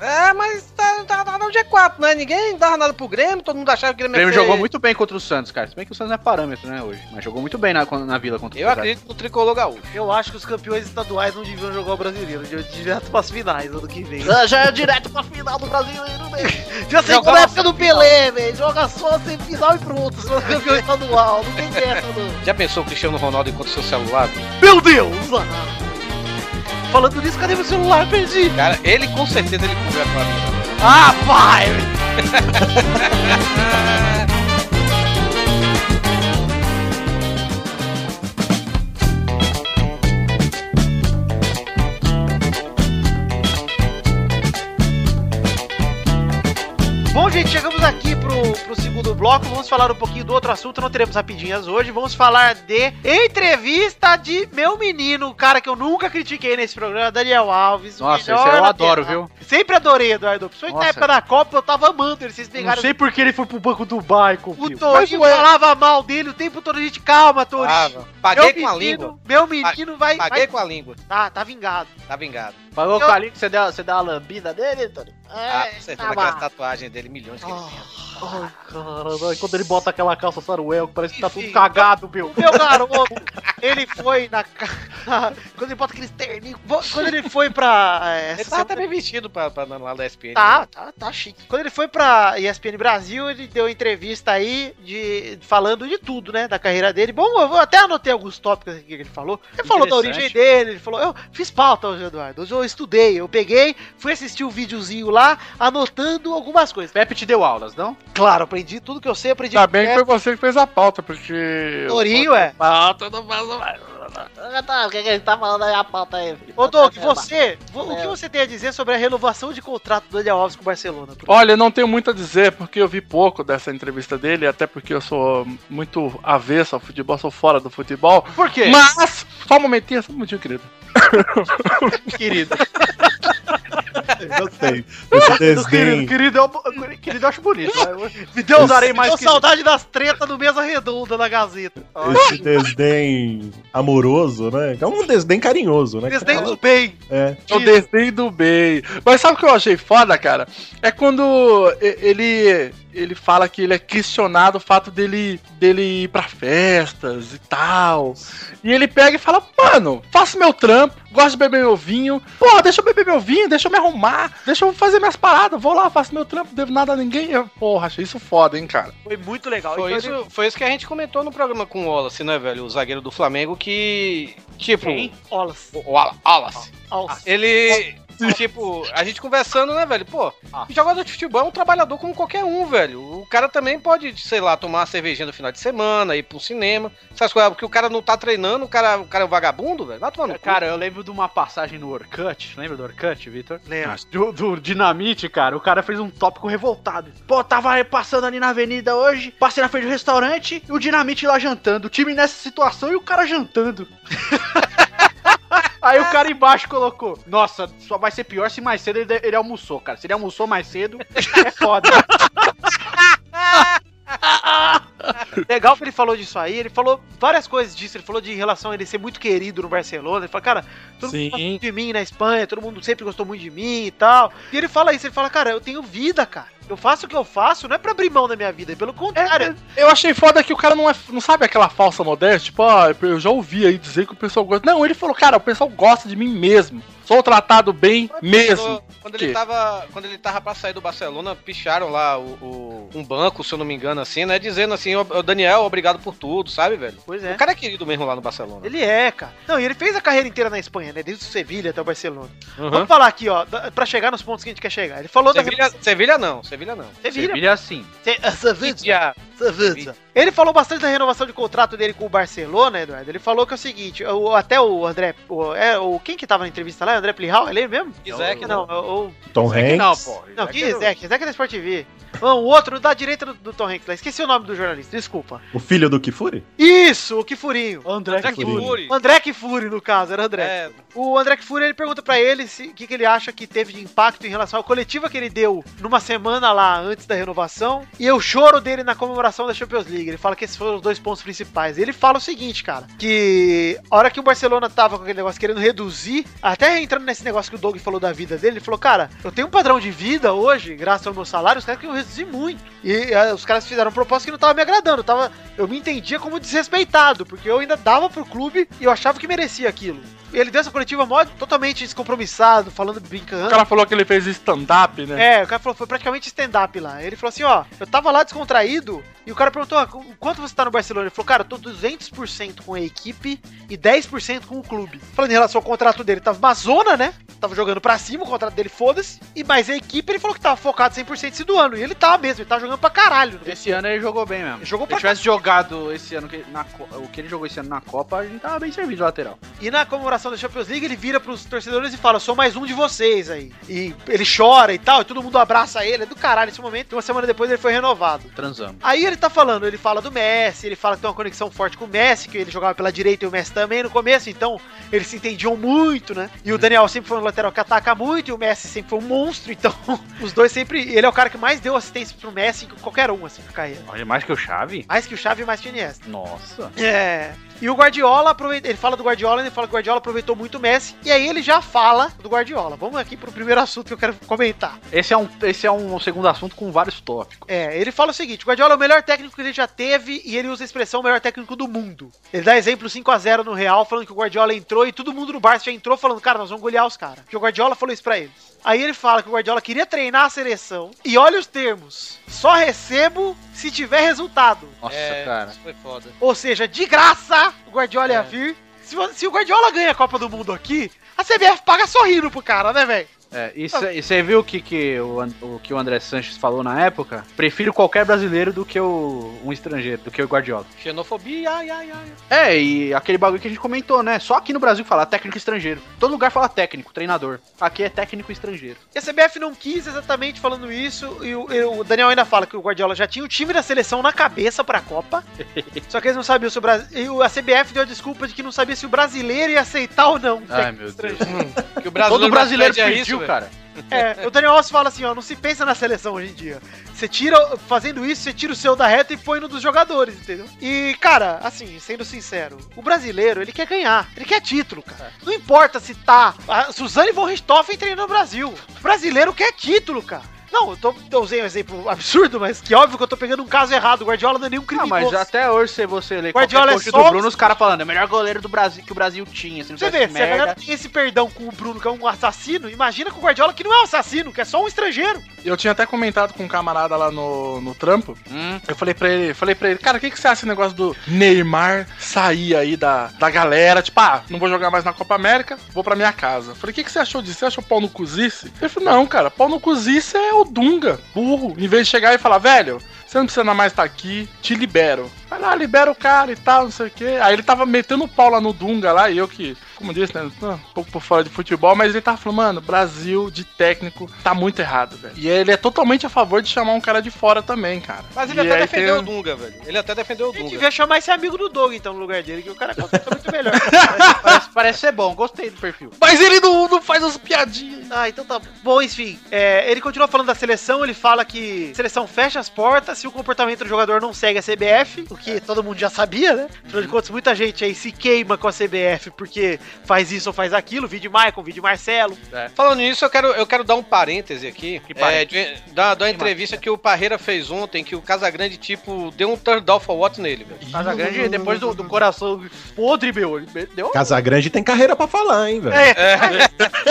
Speaker 6: É, mas tá, tá, tá no G4, né? Ninguém dava nada pro Grêmio, todo mundo achava que o
Speaker 5: O
Speaker 6: Grêmio ia
Speaker 5: Grêmio
Speaker 6: ser-
Speaker 5: jogou muito bem contra o Santos, cara. Se bem que o Santos não é parâmetro, né, hoje. Mas jogou muito bem na, na Vila contra
Speaker 6: Eu
Speaker 5: o Santos.
Speaker 6: acredito no tricolor gaúcho.
Speaker 7: Eu acho que os campeões estaduais não deviam jogar o brasileiro, deviam direto pras finais ano que vem.
Speaker 8: Ah, Já é direto pra final do Brasileiro, né?
Speaker 7: Já sei
Speaker 8: Jogar
Speaker 7: como é
Speaker 8: uma
Speaker 7: a época do Pelé, velho. Joga só semifinal e pronto, se não é campeão estadual. Não tem dessa, não.
Speaker 6: Já pensou o Cristiano Ronaldo encontra seu celular? bicho?
Speaker 7: Meu Deus! ah. Falando nisso, cadê meu celular? Perdi.
Speaker 6: Cara, ele com certeza ele conversa com a minha.
Speaker 7: Ah, vai! Bom, gente, chegamos aqui pro, pro segundo bloco. Vamos falar um pouquinho do outro assunto. Não teremos rapidinhas hoje. Vamos falar de entrevista de meu menino, o cara que eu nunca critiquei nesse programa, Daniel Alves. o
Speaker 5: Nossa,
Speaker 7: melhor
Speaker 5: esse aí eu
Speaker 7: lateral.
Speaker 5: adoro, viu?
Speaker 7: Sempre adorei Eduardo Opções. Na
Speaker 5: Nossa.
Speaker 7: época da Copa eu tava amando ele. Vocês
Speaker 5: Não
Speaker 7: pegaram.
Speaker 5: sei por que ele foi pro banco do Baico,
Speaker 7: O
Speaker 5: filho.
Speaker 7: Torinho falava mal dele o tempo todo. Gente, calma, Torinho.
Speaker 6: Brava. Ah, Paguei com
Speaker 7: menino,
Speaker 6: a língua.
Speaker 7: Meu menino vai. vai
Speaker 6: Paguei com a língua.
Speaker 7: tá, tá vingado.
Speaker 6: Tá vingado.
Speaker 8: Pagou o
Speaker 7: Eu-
Speaker 8: Calinho que você deu, você deu uma lambida nele, Tony?
Speaker 5: É,
Speaker 6: Ah, com certeza,
Speaker 8: tá
Speaker 6: aquelas
Speaker 8: bom.
Speaker 6: tatuagens dele, milhões que
Speaker 5: Oh.
Speaker 6: ele tem.
Speaker 8: Ai, caramba, quando ele bota aquela calça Saruel, que parece que tá tudo
Speaker 7: Enfim,
Speaker 8: cagado, meu.
Speaker 7: O meu garoto, ele foi na. ca- quando ele bota aqueles terninhos. Quando ele foi pra. é,
Speaker 6: Ele
Speaker 7: essa
Speaker 6: tava
Speaker 7: semana-
Speaker 6: também vestido pra, pra andar lá da SPN.
Speaker 7: Tá, tá, tá chique. Quando ele foi pra ESPN Brasil, ele deu entrevista aí de, falando de tudo, né? Da carreira dele. Bom, eu vou- até anotei alguns tópicos aqui que ele falou. Ele falou da
Speaker 5: Interessante.
Speaker 7: origem dele, ele falou, eu fiz pauta hoje, Eduardo. Hoje eu estudei, eu peguei, fui assistir o videozinho lá, anotando algumas coisas. É
Speaker 5: Pepe te deu aulas, não?
Speaker 7: Claro, aprendi tudo que eu sei, aprendi
Speaker 9: Ainda Tá bem que foi você que fez a pauta, porque.
Speaker 7: Torinho, é.
Speaker 9: Pauta não passa mais.
Speaker 8: Ah, tá, o que, que ele tá falando aí a pauta aí, filho?
Speaker 7: Ô, Doug,
Speaker 9: é
Speaker 8: Tá certo.
Speaker 7: você, vo- o que você tem a dizer sobre a renovação de contrato do Daniel Alves com o Barcelona?
Speaker 9: Olha, eu não tenho muito a dizer, porque eu vi pouco dessa entrevista dele, até porque eu sou muito avesso ao futebol, sou fora do futebol.
Speaker 5: Por
Speaker 7: É.
Speaker 5: quê?
Speaker 9: Mas, só um momentinho, só um momentinho, querido.
Speaker 5: Querido.
Speaker 4: Gostei.
Speaker 5: querido,
Speaker 4: Esse desdém.
Speaker 5: querido, eu, querido, eu acho bonito. mas eu-
Speaker 7: Me deu,
Speaker 5: usarei
Speaker 7: me
Speaker 5: mais
Speaker 7: deu
Speaker 5: que-
Speaker 7: saudade das tretas no Mesa Redonda na Gazeta.
Speaker 4: Esse desdém amoroso, né? É um desdém carinhoso, né?
Speaker 7: Desdém
Speaker 4: Fala-
Speaker 7: do bem.
Speaker 4: É.
Speaker 7: Então
Speaker 9: Eu desdei do bem. Mas sabe o que eu achei foda, cara? É quando e- ele ele fala que ele é questionado o fato dele, dele ir pra festas e tal. E ele pega e fala, mano, faço meu trampo, gosto de beber meu vinho. Pô, deixa eu beber meu vinho, deixa eu me arrumar, deixa eu fazer minhas paradas, vou lá, faço meu trampo, devo nada a ninguém. Eu, porra, achei isso foda, hein, cara.
Speaker 7: Foi muito legal.
Speaker 6: Foi
Speaker 7: Então, ele-
Speaker 6: isso, foi isso que a gente comentou no programa com o Wallace, né, velho? O zagueiro do Flamengo que. Tipo.
Speaker 7: Olas.
Speaker 6: O o Wala- Wallace.
Speaker 7: Olas.
Speaker 6: Ele. Tipo, a gente conversando, né, velho? Pô, o jogador de futebol é um trabalhador como qualquer um, velho. O cara também pode, sei lá, tomar uma cervejinha no final de semana, ir pro cinema. Essas coisas, porque o cara não tá treinando, o cara, o cara é um vagabundo, velho. Vai tomar no cu.
Speaker 5: Cara, eu lembro de uma passagem no Orkut, lembra do Orkut, Vitor?
Speaker 7: Lembro.
Speaker 5: Do, do Dinamite, cara, o cara fez um tópico revoltado. Pô, tava passando ali na avenida hoje, passei na frente do restaurante e o Dinamite lá jantando. O time nessa situação e o cara jantando. Aí o cara embaixo colocou: Nossa, só vai ser pior se mais cedo ele, ele almoçou, cara. Se ele almoçou mais cedo, é foda.
Speaker 7: Legal que ele falou disso aí, ele falou várias coisas disso, ele falou de relação a ele ser muito querido no Barcelona, ele falou, cara, todo mundo
Speaker 9: Sim.
Speaker 7: gosta muito de mim na Espanha, todo mundo sempre gostou muito de mim e tal. E ele fala isso, ele fala, cara, eu tenho vida, cara. Eu faço o que eu faço, não é pra abrir mão da minha vida, pelo contrário.
Speaker 9: Eu achei foda que o cara não, é, não sabe aquela falsa modéstia, tipo, ó, eu já ouvi aí dizer que o pessoal gosta. Não, ele falou, cara, o pessoal gosta de mim mesmo. Sou tratado bem mesmo.
Speaker 6: Sou- Quando ele,
Speaker 9: Que?
Speaker 6: tava, quando ele tava pra sair do Barcelona, picharam lá o, o- um banco, se eu não me engano, assim, né? Dizendo assim, ô ô, Daniel, obrigado por tudo, sabe, velho?
Speaker 7: Pois é.
Speaker 6: O cara é querido mesmo lá no Barcelona.
Speaker 7: Ele é, cara. Não, e ele fez a carreira inteira na Espanha, né? Desde o Sevilha até o Barcelona.
Speaker 6: Uhum.
Speaker 7: Vamos falar aqui, ó, da- pra chegar nos pontos que a gente quer chegar. Ele falou da
Speaker 6: Sevilha, Sevilha não, Sevilha não.
Speaker 7: Sevilha.
Speaker 3: Sevilha assim.
Speaker 7: Se-
Speaker 2: Cerveja, cerveja.
Speaker 7: Ele falou bastante da renovação de contrato dele com o Barcelona, Eduardo. Ele falou que é o seguinte, o- até o André, o, é, o, quem que tava na entrevista lá? André Plihal, É ele mesmo?
Speaker 6: Isaac
Speaker 7: não,
Speaker 6: não.
Speaker 7: o, o-
Speaker 4: Tom
Speaker 3: É que
Speaker 4: Hanks.
Speaker 3: não, pô.
Speaker 7: não, que
Speaker 3: é
Speaker 7: Isaac, Isaac é da Sport TV. Não, o outro da direita do, do Tom Hanks lá, esqueci o nome do jornalista, desculpa.
Speaker 4: O filho do Kifuri?
Speaker 7: Isso, o Kifurinho.
Speaker 3: André
Speaker 6: Jack
Speaker 4: Fury.
Speaker 6: Fury.
Speaker 7: O André Kifuri, no caso, era o André.
Speaker 6: É,
Speaker 7: O André Kfouri, ele pergunta pra ele se- o que, que ele acha que teve de impacto em relação à coletiva que ele deu numa semana lá antes da renovação e o choro dele na comemoração da Champions League. Ele fala que esses foram os dois pontos principais. Ele fala o seguinte, cara, que a hora que o Barcelona tava com aquele negócio querendo reduzir, até entrando nesse negócio que o Doug falou da vida dele, ele falou, cara, eu tenho um padrão de vida hoje, graças ao meu salário, os caras queriam reduzir muito. E ah, os caras fizeram um propósito que não tava me agradando, eu tava, eu me entendia como desrespeitado, porque eu ainda dava pro clube e eu achava que merecia aquilo. E ele deu essa coletiva mó totalmente descompromissado, falando, brincando.
Speaker 9: O cara falou que ele fez stand-up, né?
Speaker 7: É, o cara falou, foi praticamente stand-up lá. Ele falou assim, ó, eu tava lá descontraído, e o cara perguntou, ah, qu- quanto você tá no Barcelona? Ele falou, cara, eu tô 200% com a equipe e 10% com o clube. Falando em relação ao contrato dele, tava uma zona, né? Tava jogando pra cima, o contrato dele, foda-se. E mais a equipe, ele falou que tava focado 100% esse do ano. E ele tava mesmo, ele tava jogando pra caralho.
Speaker 3: Esse ano ele jogou bem mesmo.
Speaker 7: Ele jogou
Speaker 3: Se ele
Speaker 7: pra
Speaker 3: tivesse jogado esse ano, que- na Co- o que ele jogou esse ano na Copa, a gente tava bem servido de lateral.
Speaker 7: E na comemoração da Champions League, ele vira pros torcedores e fala: sou mais um de vocês aí. E ele chora e tal, e todo mundo abraça ele. É do caralho esse momento. E uma semana depois ele foi renovado.
Speaker 3: Transamos.
Speaker 7: Aí ele tá falando, ele fala do Messi, ele fala que tem uma conexão forte com o Messi, que ele jogava pela direita e o Messi também no começo, então eles se entendiam muito, né?
Speaker 3: Uhum.
Speaker 7: E o Daniel sempre foi um lateral que ataca muito e o Messi sempre foi um monstro, então os dois sempre. Ele é o cara que mais deu assistência pro Messi que qualquer um, assim, na carreira.
Speaker 3: Olha, mais que o Chave?
Speaker 7: Mais que o Xavi e mais que o Iniesta.
Speaker 3: Nossa.
Speaker 7: É. E o Guardiola aproveita. Ele fala do Guardiola, ele fala que o Guardiola aproveitou muito o Messi. E aí ele já fala do Guardiola. Vamos aqui pro primeiro assunto que eu quero comentar.
Speaker 3: Esse é um, esse é um segundo assunto com vários tópicos.
Speaker 7: É, ele fala o seguinte: o Guardiola é o melhor técnico que ele já teve e ele usa a expressão melhor técnico do mundo. Ele dá exemplo 5 a 0 no Real, falando que o Guardiola entrou e todo mundo no Barça já entrou falando, cara, nós vamos golear os caras. Porque o Guardiola falou isso pra eles. Aí ele fala que o Guardiola queria treinar a seleção. E olha os termos: só recebo se tiver resultado.
Speaker 3: Nossa,
Speaker 6: é,
Speaker 3: cara.
Speaker 6: isso foi foda.
Speaker 7: Ou seja, de graça, o Guardiola ia vir. Se, vo- se o Guardiola ganha a Copa do Mundo aqui, a CBF paga sorrindo pro cara, né, velho?
Speaker 3: É, e você viu o que, que o, An- o que o André Sanches falou na época? Prefiro qualquer brasileiro do que o, um estrangeiro, do que o Guardiola.
Speaker 6: Xenofobia, ai, ai, ai.
Speaker 3: É, e aquele bagulho que a gente comentou, né? Só aqui no Brasil fala técnico estrangeiro. Todo lugar fala técnico, treinador. Aqui é técnico estrangeiro.
Speaker 7: E a CBF não quis exatamente falando isso. E o, e o Daniel ainda fala que o Guardiola já tinha o time da seleção na cabeça pra Copa. só que eles não sabiam se o Brasil. E o- a CBF deu a desculpa de que não sabia se o brasileiro ia aceitar ou não.
Speaker 3: Ai, meu Deus.
Speaker 6: Que o
Speaker 3: Hum. Todo brasileiro
Speaker 6: pede é
Speaker 3: pediu,
Speaker 6: isso, velho.
Speaker 3: cara.
Speaker 7: É, o Daniel Alves fala assim, ó, não se pensa na seleção hoje em dia. Você tira, fazendo isso, você tira o seu da reta e põe no dos jogadores, entendeu? E, cara, assim, sendo sincero, o brasileiro, ele quer ganhar, ele quer título, cara.
Speaker 3: É.
Speaker 7: Não importa se tá a Suzane von Richthofen treinando o Brasil. O brasileiro quer título, cara. Não, eu, tô, eu usei um exemplo absurdo, mas que óbvio que eu tô pegando um caso errado. O Guardiola não é nenhum
Speaker 3: Ah,
Speaker 7: criminoso.
Speaker 3: mas até hoje, se você ler
Speaker 7: Guardiola
Speaker 3: qualquer post
Speaker 7: é só-
Speaker 3: do Bruno, os caras falando, é o melhor goleiro do Brasil que o Brasil tinha, se não
Speaker 7: Você
Speaker 3: tivesse
Speaker 7: vê, se a galera
Speaker 3: merda.
Speaker 7: tem esse perdão com o Bruno, que é um assassino, imagina com o Guardiola, que não é um assassino, que é só um estrangeiro.
Speaker 9: Eu tinha até comentado com um camarada lá no, no trampo.
Speaker 3: Hum.
Speaker 9: Eu falei pra ele, falei pra ele, cara, o que, que você acha desse negócio do Neymar sair aí da, da galera? Tipo, ah, não vou jogar mais na Copa América, vou pra minha casa. Eu falei, o que, que você achou disso? Você achou pau no cozice? Ele falou, não, cara, pau no cozice é o Dunga, burro. Em vez de chegar e falar, velho, você não precisa mais estar aqui, te libero. Vai lá, libera o cara e tal, não sei o quê. Aí ele tava metendo o pau lá no Dunga lá, e eu que, como disse, né, tô um pouco por fora de futebol, mas ele tava falando, mano, Brasil de técnico tá muito errado, velho. E ele é totalmente a favor de chamar um cara de fora também, cara.
Speaker 6: Mas ele
Speaker 9: E
Speaker 6: até
Speaker 9: aí
Speaker 6: defendeu o
Speaker 9: tem-
Speaker 6: Dunga, velho. Ele até defendeu o
Speaker 7: Quem
Speaker 6: Dunga.
Speaker 7: devia chamar esse amigo do Doug, então, no lugar dele, que o cara conta muito melhor.
Speaker 3: Parece, parece ser é bom, gostei do perfil.
Speaker 9: Mas ele não, não faz as piadinhas.
Speaker 7: Ah, então tá bom. Bom, enfim, é, ele continua falando da seleção, ele fala que a seleção fecha as portas, se o comportamento do jogador não segue a CBF, o que todo mundo já sabia, né? Afinal de contas, muita gente aí se queima com a CBF porque faz isso ou faz aquilo, vídeo Michael, vídeo Marcelo.
Speaker 6: É. Falando nisso, eu quero, eu quero dar um parêntese aqui.
Speaker 5: Que parêntese?
Speaker 6: É, de- da, da entrevista que o Parreira fez ontem, que o Casagrande, tipo, deu um turn down for what nele, velho.
Speaker 5: Casa Grande, depois do, do coração podre, meu, ele me- deu.
Speaker 4: Casagrande tem carreira pra falar, hein, velho?
Speaker 7: É,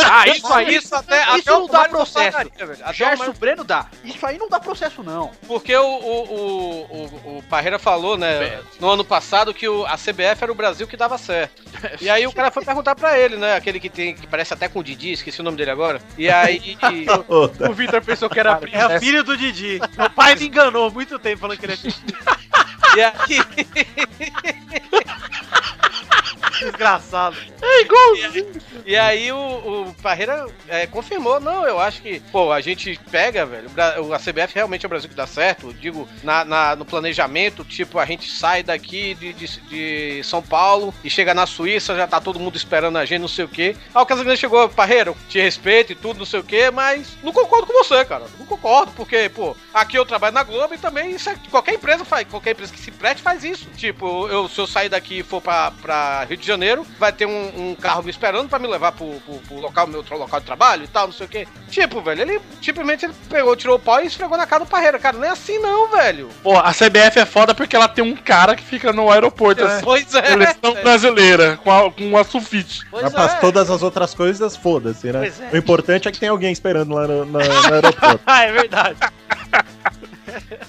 Speaker 5: Ah, isso aí.
Speaker 6: isso até,
Speaker 5: isso
Speaker 6: até o
Speaker 5: não dá
Speaker 6: Mário
Speaker 5: processo.
Speaker 6: pagaria, velho. Até o
Speaker 5: Gerson
Speaker 6: Mário-
Speaker 5: Breno dá. Isso aí não dá processo, não.
Speaker 6: Porque o, o, o, o- o Parreira falou, né, no ano passado, que o- a CBF era o Brasil que dava certo. E aí o cara foi perguntar pra ele, né? Aquele que tem, que parece até com o Didi, esqueci o nome dele agora. E aí.
Speaker 4: Ô,
Speaker 5: O Vitor pensou que era primo.
Speaker 7: é filho do Didi. Meu pai me enganou há muito tempo falando que ele é filho.
Speaker 6: e aí
Speaker 7: desgraçado.
Speaker 6: E aí o, o Parreira é, confirmou, não, eu acho que, pô, a gente pega, velho, o Bra- o- a CBF realmente é o Brasil que dá certo, eu digo, na, na- no planejamento, tipo, a gente sai daqui de, de, de São Paulo e chega na Suíça, já tá todo mundo esperando a gente, não sei o quê. Aí o Casagrande chegou, Parreira, eu te respeito e tudo, não sei o quê, mas não concordo com você, cara, não concordo, porque, pô, aqui eu trabalho na Globo e também isso é, qualquer empresa faz, qualquer empresa que se preste faz isso. Tipo, eu, se eu sair daqui e for pra, pra Rio de Janeiro, vai ter um, um carro me esperando pra me levar pro, pro, pro local, meu tro- local de trabalho e tal, não sei o quê. Tipo, velho, ele simplesmente ele pegou, tirou o pau e esfregou na cara do Parreira. Cara, não é assim não, velho.
Speaker 9: Pô, a CBF é foda porque ela tem um cara que fica no aeroporto, assim.
Speaker 6: Pois é.
Speaker 9: Seleção brasileira, com, a, com a sulfite.
Speaker 6: Pois
Speaker 4: Mas pra
Speaker 6: é.
Speaker 4: todas as outras coisas, foda-se, né?
Speaker 7: Pois é.
Speaker 4: O importante é que tem alguém esperando lá no, na- no aeroporto.
Speaker 7: Ah, é verdade.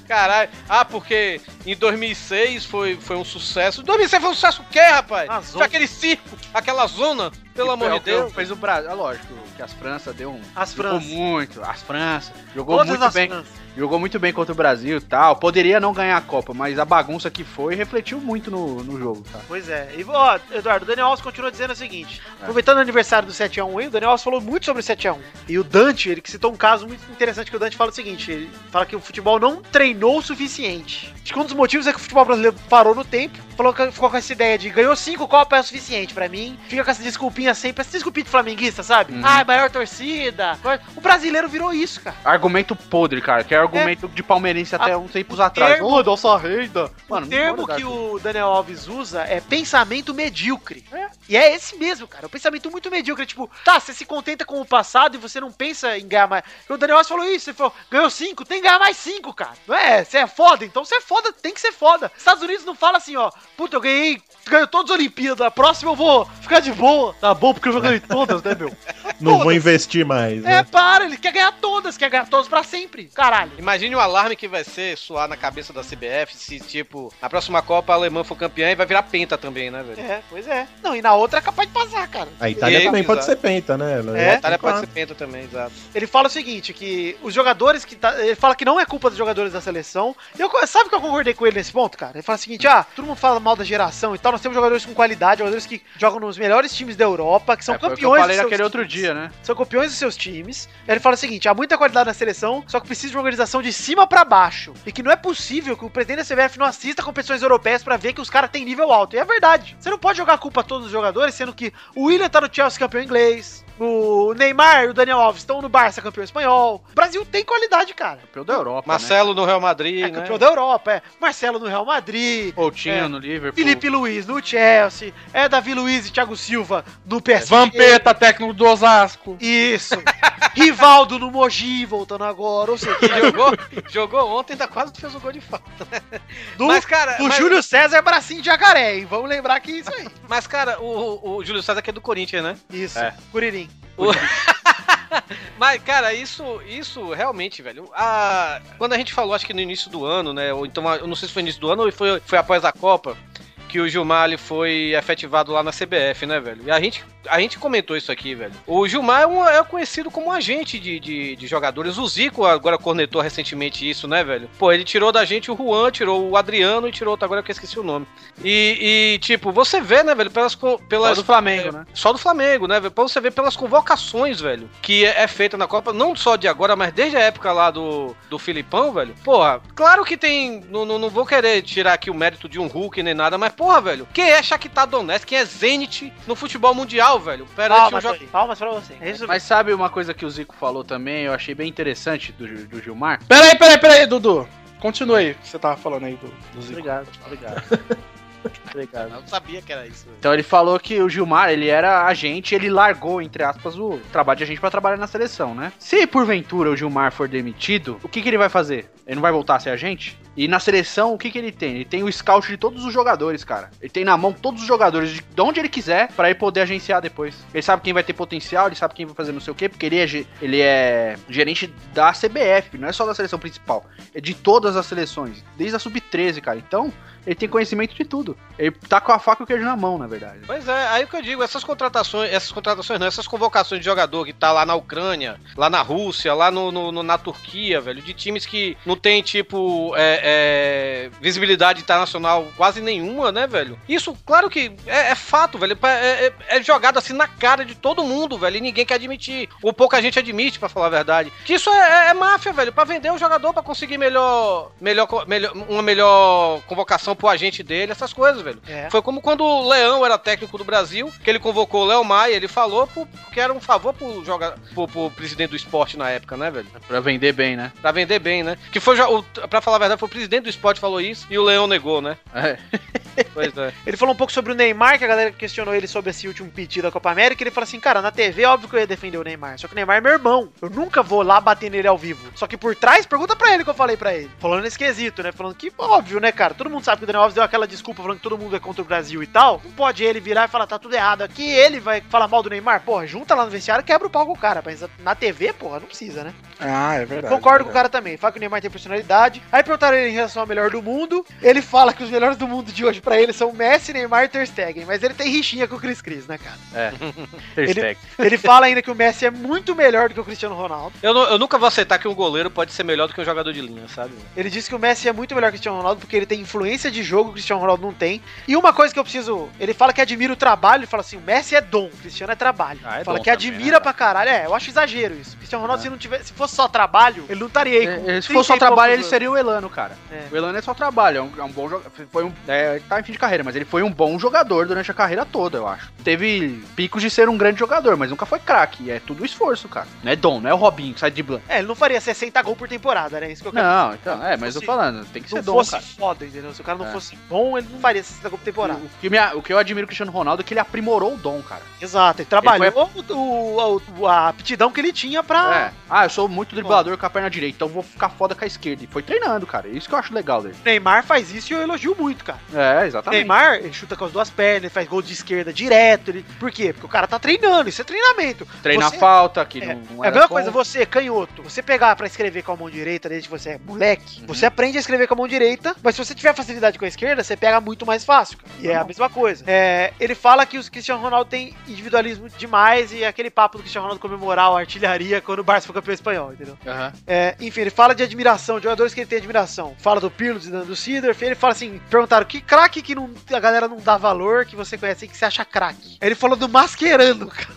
Speaker 6: Caralho. Ah, porque em 2006 foi, foi um sucesso. 2006 foi um sucesso o quê, rapaz?
Speaker 7: Uma
Speaker 6: Foi
Speaker 7: zona. Então,
Speaker 6: aquele circo, aquela zona, pelo
Speaker 5: Que
Speaker 6: amor
Speaker 5: foi
Speaker 6: de
Speaker 5: o que
Speaker 6: Deus.
Speaker 5: Fez o Brasil. É lógico que as França deu um.
Speaker 7: As
Speaker 5: Jogou
Speaker 7: Franças.
Speaker 5: muito, as França. Jogou
Speaker 7: Todas
Speaker 5: muito
Speaker 7: as
Speaker 5: bem.
Speaker 7: Franças.
Speaker 5: Jogou muito bem contra o Brasil e tal. Poderia não ganhar a Copa, mas a bagunça que foi refletiu muito no, no jogo, tá?
Speaker 7: Pois é. E, ó, Eduardo, o Daniel Alves continua dizendo o seguinte: aproveitando o aniversário do 7x1 aí, o Daniel Alves falou muito sobre o 7x1. E o Dante, ele que citou um caso muito interessante que o Dante fala o seguinte: ele fala que o futebol não treinou o suficiente. Acho que um dos motivos é que o futebol brasileiro parou no tempo, falou que ficou com essa ideia de ganhou cinco Copas é o suficiente pra mim. Fica com essa desculpinha sempre, essa desculpinha de flamenguista, sabe? Ah, é maior torcida. O brasileiro virou isso, cara.
Speaker 5: Argumento podre, cara, que é argumento de palmeirense até uns tempos atrás.
Speaker 7: termo-
Speaker 5: Ô, nossa renda!
Speaker 7: o
Speaker 5: Mano,
Speaker 7: termo que o Daniel Alves usa é pensamento medíocre. E é esse mesmo, cara. É um pensamento muito medíocre. Tipo, tá, você se contenta com o passado e você não pensa em ganhar mais. Porque O Daniel Alves falou isso. Ele falou, ganhou cinco, tem que ganhar mais cinco, cara. Não é? Você é foda, então você é foda, tem que ser foda. Estados Unidos não fala assim, ó. Puta, eu ganhei, ganhei todas as Olimpíadas. A próxima eu vou ficar de boa. Tá bom, porque eu já ganhei todas, né, meu?
Speaker 4: Não vou
Speaker 7: Foda-se.
Speaker 4: investir mais,
Speaker 7: É,
Speaker 4: né?
Speaker 7: para, ele quer ganhar todas, quer ganhar todas pra sempre. Caralho.
Speaker 6: Imagine o alarme que vai ser soar na cabeça da CBF se, tipo, na próxima Copa a Alemã for campeã e vai virar penta também, né, velho?
Speaker 7: É, pois é. Não, e na outra é capaz de passar, cara.
Speaker 4: A Itália
Speaker 6: É,
Speaker 4: também
Speaker 6: exato.
Speaker 4: pode ser penta, né? Ela-
Speaker 7: É,
Speaker 6: A Itália
Speaker 4: claro.
Speaker 6: pode ser penta também, exato.
Speaker 7: Ele fala o seguinte, que os jogadores que tá, ele fala que não é culpa dos jogadores da seleção. Eu co- sabe que eu concordei com ele nesse ponto, cara? Ele fala o
Speaker 5: Hum.
Speaker 7: seguinte: "Ah, todo mundo fala mal da geração e tal, nós temos jogadores com qualidade, jogadores que jogam nos melhores times da Europa, que são
Speaker 5: são é, campeões. Foi o que eu
Speaker 7: campeões
Speaker 5: falei
Speaker 7: dos seus
Speaker 5: naquele outro
Speaker 7: times.
Speaker 5: dia, né?
Speaker 7: São campeões dos seus times. Ele fala o seguinte: há muita qualidade na seleção, só que precisa de uma organização de cima pra baixo. E que não é possível que o presidente da CBF não assista competições europeias pra ver que os caras têm nível alto. E é verdade. Você não pode jogar a culpa a todos os jogadores, sendo que o William tá no Chelsea campeão inglês. O Neymar e o Daniel Alves estão no Barça campeão espanhol. O Brasil tem qualidade, cara.
Speaker 5: Campeão da Europa, né?
Speaker 6: Marcelo no Real Madrid,
Speaker 7: É
Speaker 6: né?
Speaker 7: campeão da Europa, é. Marcelo no Real Madrid.
Speaker 5: Coutinho
Speaker 7: É.
Speaker 5: no Liverpool.
Speaker 7: Felipe Luiz no Chelsea. É Davi Luiz e Thiago Silva no PSG.
Speaker 9: Vampeta, Tá técnico do Osasco.
Speaker 7: Isso. Rivaldo no Mogi, voltando agora. Ou seja,
Speaker 6: Ele jogou, jogou ontem, ainda quase fez o gol de falta.
Speaker 7: do,
Speaker 6: Mas, cara,
Speaker 7: do
Speaker 6: mas,
Speaker 7: Júlio César é Bracinho de Jacaré, hein? Vamos lembrar que é isso aí.
Speaker 6: mas, cara, o, o Júlio César que é do Corinthians, né?
Speaker 7: Isso.
Speaker 5: É.
Speaker 7: Curirim.
Speaker 6: Mas, cara, isso, isso realmente, velho. a- quando a gente falou, acho que no início do ano, né? Ou então, eu não sei se foi no início do ano ou foi, foi após a Copa, que o Gilmar ele foi efetivado lá na CBF, né, velho? E a gente, a gente comentou isso aqui, velho. O Gilmar é, um- é conhecido como um agente de, de, de jogadores. O Zico agora cornetou recentemente isso, né, velho? Pô, ele tirou da gente o Juan, tirou o Adriano e tirou outro agora que eu esqueci o nome. E, e, tipo, você vê, né, velho, pelas. co-
Speaker 5: Só
Speaker 6: pelas É,
Speaker 5: do Flamengo, né?
Speaker 6: só do Flamengo, né? velho? Pra você ver pelas convocações, velho, que é é feita na Copa, não só de agora, mas desde a época lá do, do Filipão, velho. Porra, claro que tem. Não, não, não vou querer tirar aqui o mérito de um Hulk nem nada, mas porra, velho. Quem é Shakhtar Donetsk? Quem é Zenit no futebol mundial, velho? Perante um
Speaker 7: Palmas,
Speaker 6: jogo.
Speaker 7: Tony, palmas pra você. É isso mesmo.
Speaker 5: Mas sabe uma coisa que o Zico falou também, eu achei bem interessante do, do Gilmar?
Speaker 9: Peraí, peraí, peraí, Dudu. Continue aí, o que você tava falando aí do, do Zico.
Speaker 5: Obrigado, obrigado.
Speaker 6: Eu
Speaker 5: obrigado.
Speaker 6: não sabia que era isso. velho.
Speaker 5: Então ele falou que o Gilmar, ele era agente, ele largou, entre aspas, o trabalho de agente pra trabalhar na seleção, né? Se porventura o Gilmar for demitido, o que, que ele vai fazer? Ele não vai voltar a ser agente? E na seleção, o que, que ele tem? Ele tem o scout de todos os jogadores, cara. Ele tem na mão todos os jogadores de de onde ele quiser pra ele poder agenciar depois. Ele sabe quem vai ter potencial, ele sabe quem vai fazer não sei o quê, porque ele é, ge- ele é gerente da CBF, não é só da seleção principal, é de todas as seleções, desde a sub-13, cara. Então, ele tem conhecimento de tudo. Ele tá com a faca e o queijo na mão, na verdade.
Speaker 6: Pois é, aí o que eu digo, essas contratações, essas contratações não, essas convocações de jogador que tá lá na Ucrânia, lá na Rússia, lá no, no- no- na Turquia, velho, de times que não tem, tipo, é, é, visibilidade internacional quase nenhuma, né, velho? Isso, claro que é, é fato, velho, pa- é, é- é jogado assim na cara de todo mundo, velho, e ninguém quer admitir, ou pouca gente admite, pra falar a verdade. Que isso é, é- é máfia, velho, pra vender o jogador, pra conseguir melhor, melhor, co- melhor, uma melhor convocação pro agente dele, essas coisas, velho.
Speaker 7: É.
Speaker 6: Foi como quando o Leão era técnico do Brasil, que ele convocou o Léo Maia, ele falou pro- que era um favor pro, joga, pro, pro presidente do esporte na época, né, velho?
Speaker 5: Pra vender bem, né?
Speaker 6: Pra vender bem, né? Que foi, já- o, pra falar a verdade, foi o presidente do esporte que falou isso e o Leão negou, né?
Speaker 5: É.
Speaker 6: Pois é.
Speaker 7: Ele falou um pouco sobre o Neymar, que a galera questionou ele sobre esse último pedido da Copa América. Ele falou assim: cara, na TV, óbvio que eu ia defender o Neymar. Só que o Neymar é meu irmão. Eu nunca vou lá bater nele ao vivo. Só que por trás, pergunta pra ele o que eu falei pra ele. Falando nesse quesito, né? Falando que, óbvio, né, cara? Todo mundo sabe que o Daniel Alves deu aquela desculpa falando que todo mundo é contra o Brasil e tal. Não pode ele virar e falar, tá tudo errado aqui. Ele vai falar mal do Neymar. Porra, junta lá no vestiário e quebra o pau com o cara. Mas na TV, porra, não precisa, né?
Speaker 9: Ah, é verdade.
Speaker 7: Concordo com o
Speaker 9: é verdade.
Speaker 7: cara também. Fala que o Neymar tem personalidade. Aí perguntaram ele em relação ao melhor do mundo. Ele fala que os melhores do mundo de hoje pra ele são Messi, Neymar e Ter Stegen. Mas ele tem rixinha com o Cris Cris, né, cara? Ele- Ele fala ainda que o Messi é muito melhor do que o Cristiano Ronaldo.
Speaker 6: Eu, nu- eu nunca vou aceitar que um goleiro pode ser melhor do que um jogador de linha, sabe?
Speaker 7: Ele disse que o Messi é muito melhor que o Cristiano Ronaldo porque ele tem influência de jogo, o Cristiano Ronaldo não tem. E uma coisa que eu preciso... Ele fala que admira o trabalho. Ele fala assim, o Messi é dom, o Cristiano é trabalho.
Speaker 5: Ah, é
Speaker 7: fala
Speaker 5: dom
Speaker 7: que
Speaker 5: também,
Speaker 7: admira
Speaker 5: né,
Speaker 7: pra caralho. É, eu acho exagero isso. O Cristiano Ronaldo, se, não tivesse, se fosse só trabalho, ele não estaria aí com
Speaker 5: É, se fosse só
Speaker 7: 30 e
Speaker 5: trabalho, ele
Speaker 7: poucos anos.
Speaker 5: seria o Elano, cara.
Speaker 7: É.
Speaker 5: O Elano é só trabalho, é um, é um bom jogador. Foi um, é, tá em fim de carreira, mas ele foi um bom jogador durante a carreira toda, eu acho. Teve picos de ser um grande jogador, mas nunca foi craque. É tudo esforço, cara. Não é dom, não é o Robinho que sai de blanco.
Speaker 7: É, ele não faria 60 gols por temporada, né? Isso que eu quero
Speaker 5: Não, então, é, mas eu
Speaker 7: Fosse-
Speaker 5: falando, tem que
Speaker 7: se
Speaker 5: ser
Speaker 7: não
Speaker 5: dom,
Speaker 7: fosse
Speaker 5: cara.
Speaker 7: foda, entendeu? Se o cara não
Speaker 5: É.
Speaker 7: fosse bom, ele não faria 60 gols por temporada.
Speaker 5: O que, me, o que eu admiro do Cristiano Ronaldo é que ele aprimorou o dom, cara.
Speaker 7: Exato, ele trabalhou o, o- a aptidão que ele tinha
Speaker 5: É.
Speaker 7: pra.
Speaker 5: Ah, eu sou muito driblador com a perna direita, então vou ficar foda com a esquerda. E foi treinando, cara. É Isso que eu acho legal dele.
Speaker 7: O Neymar faz isso e eu elogio muito, cara.
Speaker 5: É,
Speaker 7: O
Speaker 5: exatamente.
Speaker 7: Neymar, ele chuta com as duas pernas, ele faz gol de esquerda direto. Ele... Por quê? Porque o cara tá treinando, isso é treinamento.
Speaker 5: Treina
Speaker 7: Você-
Speaker 5: a falta, que
Speaker 7: É,
Speaker 5: não, não
Speaker 7: é a
Speaker 5: era
Speaker 7: mesma
Speaker 5: bom.
Speaker 7: coisa, você, canhoto, você pegar pra escrever com a mão direita desde que você é moleque,
Speaker 5: Uhum.
Speaker 7: você aprende a escrever com a mão direita, mas se você tiver facilidade com a esquerda, você pega muito mais fácil. cara. E é
Speaker 5: Uhum.
Speaker 7: a mesma coisa. É, ele fala que o Cristiano Ronaldo tem individualismo demais e é aquele papo do Cristiano Ronaldo comemorar a artilharia quando o Barça foi campeão espanhol, entendeu?
Speaker 5: Aham.
Speaker 7: É, enfim, ele fala de admiração, de jogadores que ele tem admiração. Fala do Pirlo, do Zidane, do Sidorf. Ele fala assim: perguntaram que craque que não- a galera não dá valor, que você conhece, que você acha craque. Aí Ele falou do Mascherano, cara.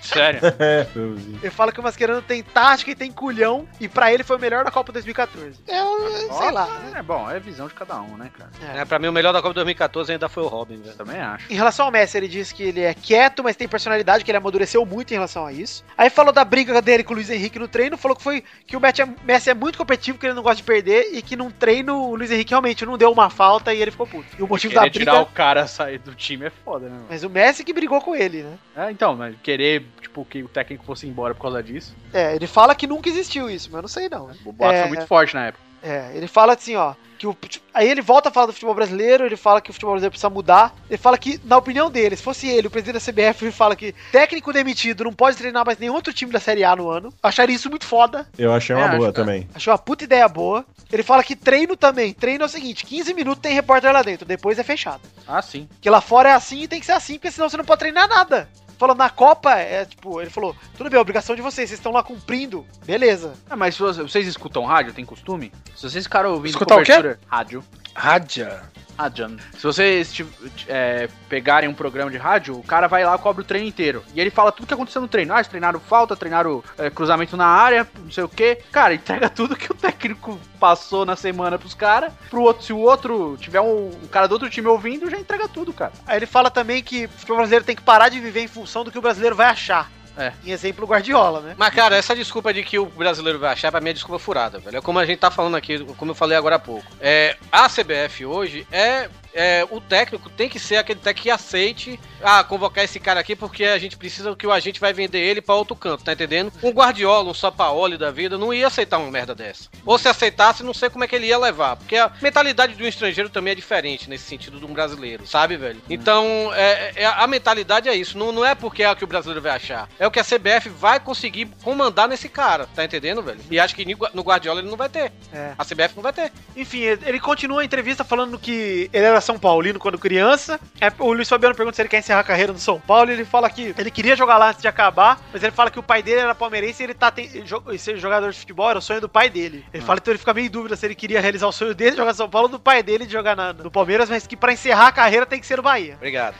Speaker 5: Sério.
Speaker 4: É, eu vi.
Speaker 7: Ele fala que o Mascherano tem tática e tem culhão, e pra ele foi o melhor da Copa 2014. É, sei lá.
Speaker 5: É bom, é visão de cada um, né, cara?
Speaker 6: É, pra mim, o melhor da Copa 2014 ainda foi o Robin, velho.
Speaker 5: Também acho.
Speaker 7: Em relação ao Messi, ele diz que ele é quieto, mas tem personalidade, que ele amadureceu muito em relação a isso. Aí falou da briga dele com o Luiz Henrique no treino, falou que foi que o Messi é, Messi é muito competitivo, que ele não gosta de perder, e que num treino o Luiz Henrique realmente não deu uma falta e ele ficou puto. E o motivo da
Speaker 5: Querer
Speaker 7: briga.
Speaker 5: tirar o cara sair do time é foda, né? mano?
Speaker 7: Mas o Messi que brigou com ele, né?
Speaker 5: É, então, mas querer, tipo, que o técnico fosse embora por causa disso.
Speaker 7: É, ele fala que nunca existiu isso, mas eu não sei não.
Speaker 5: O Boato
Speaker 7: É.
Speaker 5: foi muito forte na época.
Speaker 7: É, ele fala assim, ó. Que o, aí ele volta a falar do futebol brasileiro, ele fala que o futebol brasileiro precisa mudar. Ele fala que, na opinião dele, se fosse ele, o presidente da CBF, ele fala que técnico demitido não pode treinar mais nenhum outro time da Série A no ano. Acharia isso muito foda.
Speaker 4: Eu achei uma
Speaker 5: É, acho
Speaker 4: boa
Speaker 5: que é.
Speaker 4: também.
Speaker 7: Achou uma puta ideia boa. Ele fala que treino também. Treino é o seguinte: 15 minutos tem repórter lá dentro, depois é fechado.
Speaker 5: Ah, sim.
Speaker 7: Que lá fora é assim e tem que ser assim, porque senão você não pode treinar nada. Falou, na Copa, é tipo, ele falou, tudo bem, a obrigação de vocês, vocês estão lá cumprindo, beleza.
Speaker 5: Ah, mas vocês- vocês escutam rádio, tem costume? Se vocês ficaram ouvindo
Speaker 9: Escutar o quê?
Speaker 5: rádio.
Speaker 9: Rádia.
Speaker 5: Rádio. Se vocês ti- ti- é, pegarem um programa de rádio, o cara vai lá, cobra o treino inteiro. E ele fala tudo que aconteceu no treino. Ah, eles treinaram falta, treinaram é, cruzamento na área, não sei o quê. Cara, entrega tudo que o técnico passou na semana pros caras. Pro outro, se o outro tiver um, um cara do outro time ouvindo, já entrega tudo, cara.
Speaker 7: Aí ele fala também que o futebol brasileiro tem que parar de viver em função do que o brasileiro vai achar.
Speaker 6: É.
Speaker 7: Em exemplo, Guardiola, né?
Speaker 6: Mas, cara, essa desculpa de que o brasileiro vai achar, pra mim é desculpa furada, velho. É como a gente tá falando aqui, como eu falei agora há pouco. É, a CBF hoje é. é, o técnico tem que ser aquele técnico que aceite ah, convocar esse cara aqui porque a gente precisa que o agente vai vender ele pra outro canto, tá entendendo? Um Guardiola, um Sapaoli da vida, não ia aceitar uma merda dessa. Ou se aceitasse, não sei como é que ele ia levar. Porque a mentalidade do estrangeiro também é diferente nesse sentido de um brasileiro, sabe, velho? Então, é, é- a mentalidade é isso. Não, não é porque é o que o brasileiro vai achar. É o que a CBF vai conseguir comandar nesse cara, tá entendendo, velho? E acho que ni- no Guardiola ele não vai ter.
Speaker 7: É.
Speaker 6: A CBF não vai ter.
Speaker 7: Enfim, ele ele continua a entrevista falando que ele era São Paulino quando criança. É, o Luiz Fabiano pergunta se ele quer encerrar a carreira no São Paulo. E ele fala que ele queria jogar lá antes de acabar, mas ele fala que o pai dele era palmeirense e ele tá ten- jo- e ser jogador de futebol era o sonho do pai dele. Ele
Speaker 6: Ah.
Speaker 7: fala então ele fica meio em dúvida se ele queria realizar o sonho dele de jogar no São Paulo ou do pai dele de jogar na- no Palmeiras, mas que pra encerrar a carreira tem que ser no Bahia.
Speaker 6: Obrigado.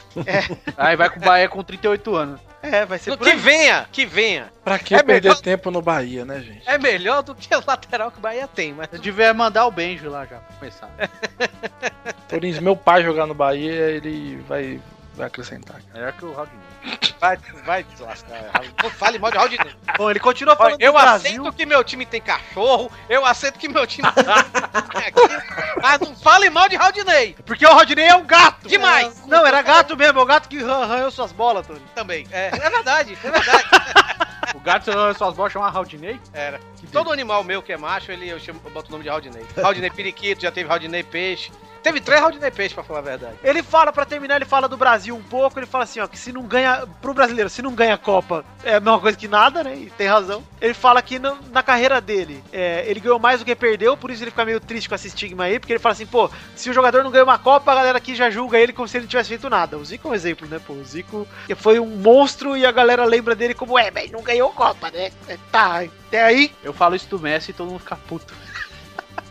Speaker 5: Aí vai com o Bahia com 38 anos.
Speaker 7: É, vai ser por
Speaker 6: Que
Speaker 7: aí.
Speaker 6: venha, que venha.
Speaker 9: Pra que
Speaker 6: É
Speaker 9: perder
Speaker 6: melhor-
Speaker 9: tempo no Bahia, né, gente?
Speaker 6: É melhor do que o lateral que o Bahia tem, mas.
Speaker 5: Se tiver mandar o Benjo lá já, pra começar.
Speaker 9: Corinthians, meu pai jogar no Bahia, ele vai, vai acrescentar.
Speaker 6: Tá
Speaker 9: cara.
Speaker 5: Melhor que o Rodinei.
Speaker 6: Vai, vai te lascar. Não fale mal de Raul
Speaker 7: Bom, ele continua
Speaker 6: Olha,
Speaker 7: falando
Speaker 6: eu
Speaker 7: do Brasil.
Speaker 6: aceito que meu time tem cachorro, eu aceito que meu time tem aqui, mas não fale mal de Haldinei
Speaker 7: Porque o Rodinei é um gato!
Speaker 6: Demais.
Speaker 7: Não, era gato mesmo, é o gato que arran- arranhou suas bolas, Tony.
Speaker 6: também. É, é verdade, é verdade.
Speaker 5: O gato tirou suas bolas chama Rodinei?
Speaker 6: Era. Todo animal meu que é macho, ele, eu, chamo, eu boto o nome de Haldinei. Haldinei periquito, já teve Haldinei peixe. Teve três Haldinei peixe, pra falar a verdade.
Speaker 7: Ele fala, pra terminar, ele fala do Brasil um pouco, ele fala assim, ó, que se não ganha, pro brasileiro, se não ganha Copa, é a mesma coisa que nada, né, e tem razão. Ele fala que na, na carreira dele, é, ele ganhou mais do que perdeu, por isso ele fica meio triste com esse estigma aí, porque ele fala assim, pô, se o jogador não ganha uma Copa, a galera aqui já julga ele como se ele não tivesse feito nada. O Zico é um exemplo, né, pô, o Zico foi um monstro e a galera lembra dele como, é, mas não ganhou Copa, né, É, tá, até aí...
Speaker 5: Eu falo isso do Messi e todo mundo fica puto.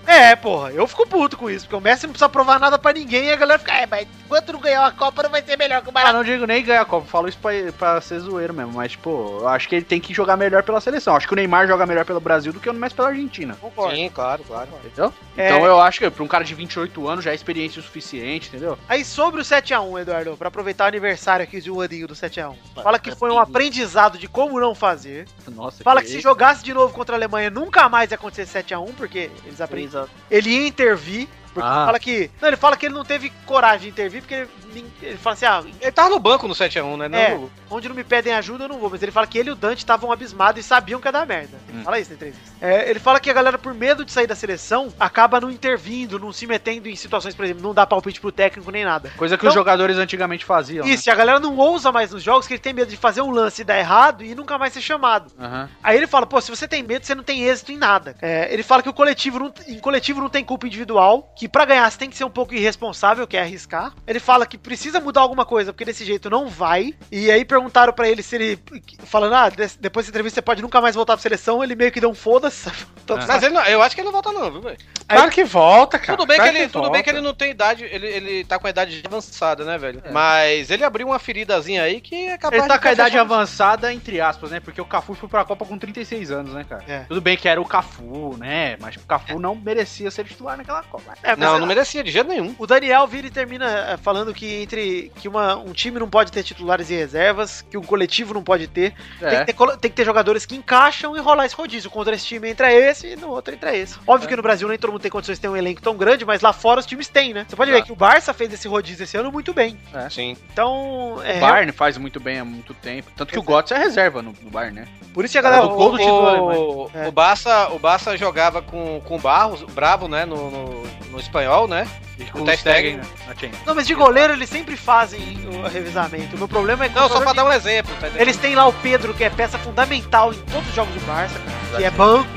Speaker 7: É, porra, eu fico puto com isso, porque o Messi não precisa provar nada pra ninguém e a galera fica, é, mas enquanto não ganhar uma Copa não vai ser melhor que o Maracanã.
Speaker 5: Ah, não digo nem ganhar a Copa, eu falo isso pra, pra ser zoeiro mesmo, mas tipo, eu acho que ele tem que jogar melhor pela seleção. Eu Acho que o Neymar joga melhor pelo Brasil do que o Messi pela Argentina,
Speaker 6: Sim, claro, claro.
Speaker 5: entendeu?
Speaker 7: É.
Speaker 5: Então eu acho que pra um cara de 28 anos já é experiência o suficiente, entendeu?
Speaker 7: Aí sobre o 7x1, Eduardo, pra aproveitar o aniversário aqui de um aninho do 7x1. Fala
Speaker 5: é
Speaker 7: que foi um aprendizado de como não fazer.
Speaker 5: Nossa,
Speaker 7: Fala que se jogasse de novo contra a Alemanha, nunca mais ia acontecer 7x1, porque eles aprendem.
Speaker 5: aprendizado.
Speaker 7: Ele ia intervir. Porque
Speaker 5: Ah.
Speaker 7: fala que. Não, ele fala que ele não teve coragem de intervir, porque ele, nem- ele fala assim, ah,
Speaker 6: Ele tava no banco no 7x1, né? Não
Speaker 7: É.
Speaker 6: no-
Speaker 7: onde não me pedem ajuda eu não vou. Mas ele fala que ele e o Dante estavam abismados e sabiam que ia dar merda. Ele fala isso na entrevista. É, ele fala que a galera, por medo de sair da seleção, acaba não intervindo, não se metendo em situações, por exemplo, não dá palpite pro técnico nem nada.
Speaker 5: Coisa que
Speaker 7: Então-
Speaker 5: os jogadores antigamente faziam. né?
Speaker 7: Isso, e a galera não ousa mais nos jogos, que ele tem medo de fazer um lance e dar errado e nunca mais ser chamado.
Speaker 5: Né? Aham.
Speaker 7: Aí ele fala, pô, se você tem medo, você não tem êxito em nada. É, ele fala que o coletivo não, em coletivo não tem culpa individual, que pra ganhar você tem que ser um pouco irresponsável, que é arriscar. Ele fala que precisa mudar alguma coisa, porque desse jeito não vai. E aí perguntaram pra ele se ele. Falando, ah, des- depois dessa entrevista você pode nunca mais voltar pra seleção. Ele meio que deu um foda-se. Então,
Speaker 6: Mas ele não- eu acho que ele não volta, não, viu, velho?
Speaker 9: Claro que volta, cara.
Speaker 6: Tudo bem, que
Speaker 9: claro
Speaker 6: ele, tudo bem
Speaker 9: volta.
Speaker 6: que ele não tem idade, ele, ele tá com a idade avançada, né, velho? Mas ele abriu uma feridazinha aí que é capaz
Speaker 5: Ele tá
Speaker 6: de
Speaker 5: com a idade
Speaker 6: fechar-
Speaker 5: avançada, entre aspas, né? Porque o Cafu foi pra Copa com 36 anos, né, cara?
Speaker 7: É.
Speaker 5: Tudo bem que era o Cafu, né? Mas o Cafu não merecia ser titular naquela Copa.
Speaker 7: é,
Speaker 6: Não, não merecia de jeito nenhum.
Speaker 7: O Daniel vira e termina eh, falando que entre que uma- um time não pode ter titulares e reservas, que um coletivo não pode ter.
Speaker 5: É.
Speaker 6: É.
Speaker 7: Tem, que ter colo- tem que ter jogadores que encaixam e rolar esse rodízio. Contra esse time entra esse e no outro entra esse.
Speaker 6: É.
Speaker 7: Óbvio que no Brasil nem todo mundo tem condições de ter um elenco tão grande, mas lá fora os times têm, né? Você
Speaker 6: É.
Speaker 7: pode ver que o Barça fez esse rodízio esse ano muito bem.
Speaker 6: Sim.
Speaker 7: Então, é,
Speaker 5: O Barney faz muito bem há muito tempo. Tanto que o Götze é reserva no, no Bayern, né?
Speaker 7: por isso que a galera...
Speaker 5: do gol do título da Alemanha.
Speaker 6: o,
Speaker 7: É.
Speaker 6: o Barça, o Barça jogava com, com o Barros, o Bravo, né, no, no, no espanhol, né?
Speaker 5: E
Speaker 6: com o Ter Stegen,
Speaker 5: né? Na Champions.
Speaker 7: Não, mas de goleiro eles sempre fazem o revisamento. O meu problema é que
Speaker 6: Não,
Speaker 7: o
Speaker 6: só pra
Speaker 7: jogador-
Speaker 6: dar um exemplo, tá entendendo?
Speaker 7: Eles têm lá o Pedro, que é peça fundamental em todos os jogos do Barça, cara, que é banco.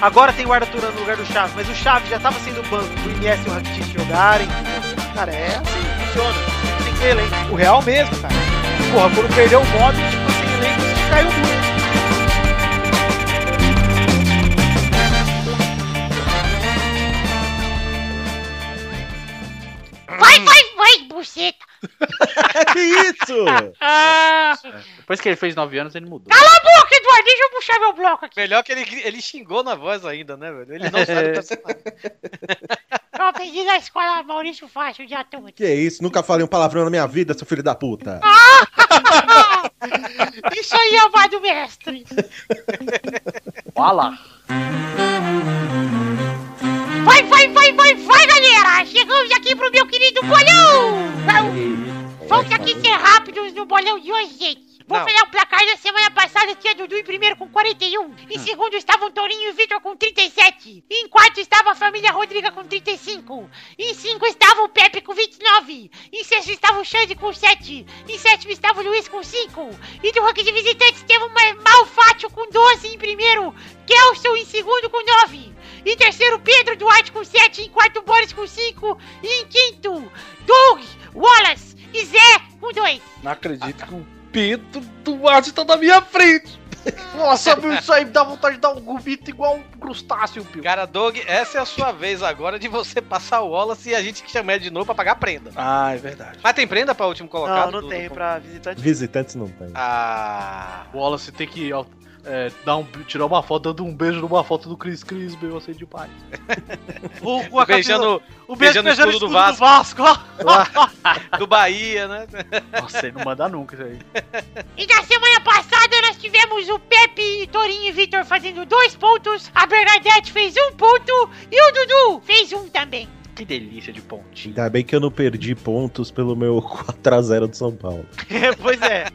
Speaker 7: Agora tem o Arda Turan no lugar do Chaves, mas o Chaves já tava sendo banco pro Iniesta e o Rakitic jogarem. Cara, é assim que funciona. Tem que ter elenco. O Real mesmo, cara. Porra, quando perdeu o Bob, tipo, sem elenco, a gente caiu muito.
Speaker 8: Vai, vai, vai, buceta!
Speaker 7: É
Speaker 4: Que isso?
Speaker 8: Ah,
Speaker 5: Depois que ele fez 9 anos, ele mudou.
Speaker 8: boca, Eduardo, deixa eu puxar meu bloco aqui.
Speaker 6: é Melhor que ele, ele xingou na voz ainda, né, velho? Ele não sabe o que tá sendo.
Speaker 8: Eu aprendi na escola Maurício Fácil o dia todo.
Speaker 4: Que isso? Nunca falei um palavrão na minha vida, seu filho da puta.
Speaker 8: Isso aí é o bar do mestre.
Speaker 5: Fala.
Speaker 8: Vai, vai, vai, vai, vai, galera! Chegamos aqui pro meu querido bolão! Vamos- Vamos aqui ser rápidos no bolão de hoje, gente. Vou
Speaker 6: Não.
Speaker 8: falar o placar da semana passada, tinha Dudu em primeiro com 41. Em segundo estavam Torinho e Vitor com 37. Em quarto estava a família Rodriga com 35. Em cinco estava o Pepe com 29. Em sexto estava o Xande com 7. Em sétimo estava o Luiz com 5. E do ranking de visitantes teve o Ma- Malfátio com 12 em primeiro. Kelson em segundo com 9. Em terceiro, Pedro Duarte com 7. Em quarto, Boris com 5. E em quinto, Doug, Wallace e Zé com 2.
Speaker 1: Não acredito que o Pedro Duarte tá na minha frente.
Speaker 2: Nossa, meu, isso aí dá vontade de dar um gubito igual um crustáceo, Pio.
Speaker 6: Cara, Doug, essa é a sua vez agora de você passar o Wallace e a gente que chamar ele de novo pra pagar a prenda.
Speaker 1: Ah, é verdade.
Speaker 6: Mas tem prenda pra último colocado?
Speaker 7: Não, não
Speaker 6: do-
Speaker 7: tem
Speaker 6: do-
Speaker 7: pra visitante.
Speaker 4: Visitantes não tem.
Speaker 6: Ah.
Speaker 2: O Wallace tem que ó, é, dar um, tirar uma foto, dando um beijo numa foto do Chris Cris, meu, assim de paz.
Speaker 7: Vulgo a
Speaker 6: Beijando
Speaker 7: camisa- o beijo
Speaker 6: beijando
Speaker 7: beijando
Speaker 6: o
Speaker 7: o
Speaker 6: escudo
Speaker 7: escudo
Speaker 6: do
Speaker 7: do Vasco.
Speaker 6: do Bahia, né?
Speaker 2: Nossa, ele não manda nunca isso aí.
Speaker 8: E na semana passada nós tivemos o Pepe, Torinho e Vitor fazendo dois pontos, a Bernadette fez um ponto e o Dudu fez um também.
Speaker 5: Que delícia de pontinho.
Speaker 4: Ainda bem que eu não perdi pontos pelo meu 4x0 do São Paulo.
Speaker 7: pois é.